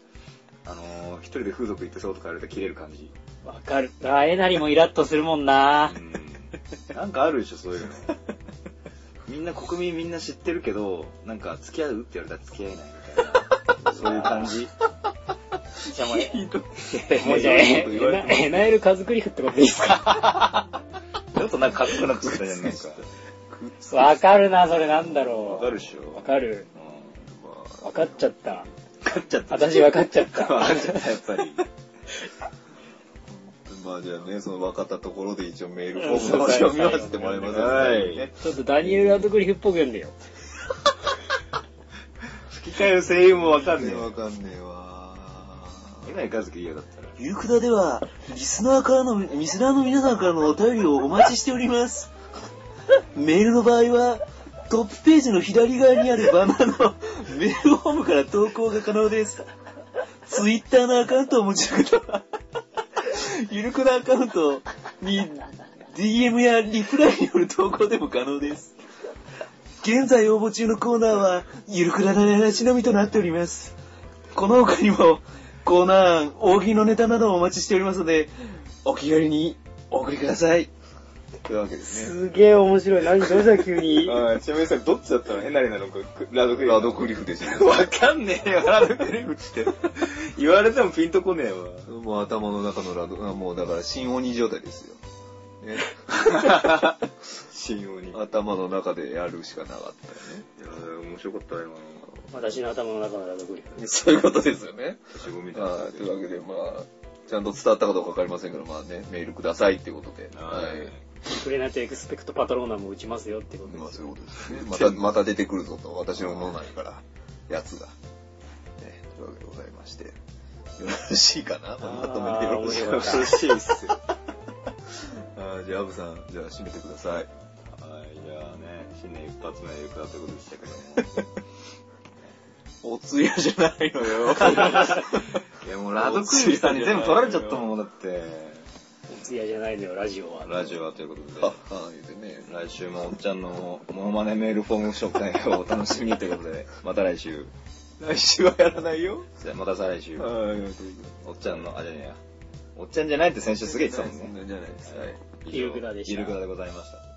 Speaker 1: あのー一人で風俗行ってそうとか言われて切れる感じ。
Speaker 4: わかる。あー、えなりもイラッとするもんな。
Speaker 1: うん。なんかあるでしょ、そういうの。みんな国民みんな知ってるけど、なんか付き合うって言われたら付き合えないみたいな。そういう感じ。
Speaker 4: じゃあもう、も
Speaker 1: も
Speaker 4: うじゃあ、え
Speaker 1: 言われてます
Speaker 4: エナエル・カズクリフってことでいいですか
Speaker 1: ちょっとなんかかっこよくなってきたじゃん、なんか。
Speaker 4: わかるな、それなんだろう。
Speaker 1: わかるでしょ。
Speaker 4: わかる。
Speaker 1: うん。
Speaker 4: わかっちゃった。
Speaker 1: 勝っちゃった。
Speaker 4: 私わかっちゃった。
Speaker 1: わかっちゃった、やっぱり。
Speaker 2: まあじゃあね、その分かったところで一応メール
Speaker 4: フ
Speaker 2: フォームの
Speaker 4: ォームの方
Speaker 2: 読
Speaker 4: を
Speaker 2: み
Speaker 4: 見合
Speaker 2: 合
Speaker 4: わ
Speaker 2: わ
Speaker 4: せ
Speaker 2: せ
Speaker 4: て
Speaker 2: て
Speaker 4: も
Speaker 2: も
Speaker 4: ら
Speaker 2: ら
Speaker 4: い
Speaker 2: い
Speaker 4: ま
Speaker 2: ますす
Speaker 1: よ
Speaker 2: ね。
Speaker 4: ちょっとダニエル・ラドクリフっぽく読んでよ。
Speaker 1: 吹き替えの声優もわかんね
Speaker 2: わ
Speaker 1: え。
Speaker 2: かんねえわ。
Speaker 1: えないかずき嫌だったら。
Speaker 2: ゆくだでは、リスナーからの、リスナーの皆さんからのお便りをお待ちしております。 メールの場合は、トップページの左側にあるバナーのメールフォームから投稿が可能です。ツイッターのアカウントをお持ちの方は、ゆるくなアカウントに DM やリプライによる投稿でも可能です。現在応募中のコーナーは、ゆるくなな話のみとなっております。この他にも、コーナー、大喜利のネタなどをお待ちしておりますので、お気軽にお送りください。
Speaker 1: というわけですね。
Speaker 4: すげえ面白い。何どうした急に。
Speaker 1: あーちなみにさ、どっちだったのヘナリなのか、くラドクリフ。
Speaker 2: ラドクリフですよ。
Speaker 1: わかんねえよ、ラドクリフって。言われてもピンとこねえわ。
Speaker 2: もう頭の中のラド、あもうだから新鬼状態ですよ。ね、
Speaker 1: 信用に。いや
Speaker 2: 頭の中でやるしかなかったよね。
Speaker 1: ー、面白かったな、今の。
Speaker 4: 私の頭の中のラドクリフ。
Speaker 2: そういうことですよね。
Speaker 1: 消しゴミだな。
Speaker 2: はい、というわけで、まあ、ちゃんと伝わったかどうかわかりませんけど、まあね、メールくださいっていうことで。
Speaker 1: はい。
Speaker 4: クレナとエクスペクトパトローナも打ちますよってこと
Speaker 2: まあ
Speaker 4: です
Speaker 2: そういうことですね。また、また出てくるぞと、私の脳内から、やつが。ね、というわけでございまして。よろしいかなま
Speaker 4: ー
Speaker 2: とめてよろしい
Speaker 4: 面白
Speaker 2: か
Speaker 4: かった
Speaker 1: 恐ろしいっすよ。
Speaker 2: なあーじゃあ、アブさん、じゃあ締めてください。
Speaker 1: はい、じゃあね、新年一発目ゆかということでしたけ ども。
Speaker 2: おつやじゃないのよ。
Speaker 1: いや、もうラドクリフさんに全部取られちゃったもん、だって。
Speaker 4: お通夜じゃないのよ、ラジオは。
Speaker 1: ラジオはということで。
Speaker 2: あ、言うてね。
Speaker 1: 来週もおっちゃんのモノマネメールフォーム紹介をお楽しみにということで、また来週。
Speaker 2: 来週はやらないよ。
Speaker 1: じゃあまた再来週。
Speaker 2: はい、
Speaker 1: おっちゃんの、あ、じゃねえや。おっちゃんじゃないって先週すげえ言ってたもんね。
Speaker 2: じゃないです。はい。
Speaker 1: 以上
Speaker 4: ゆるくだでした
Speaker 1: ゆるくだでございました。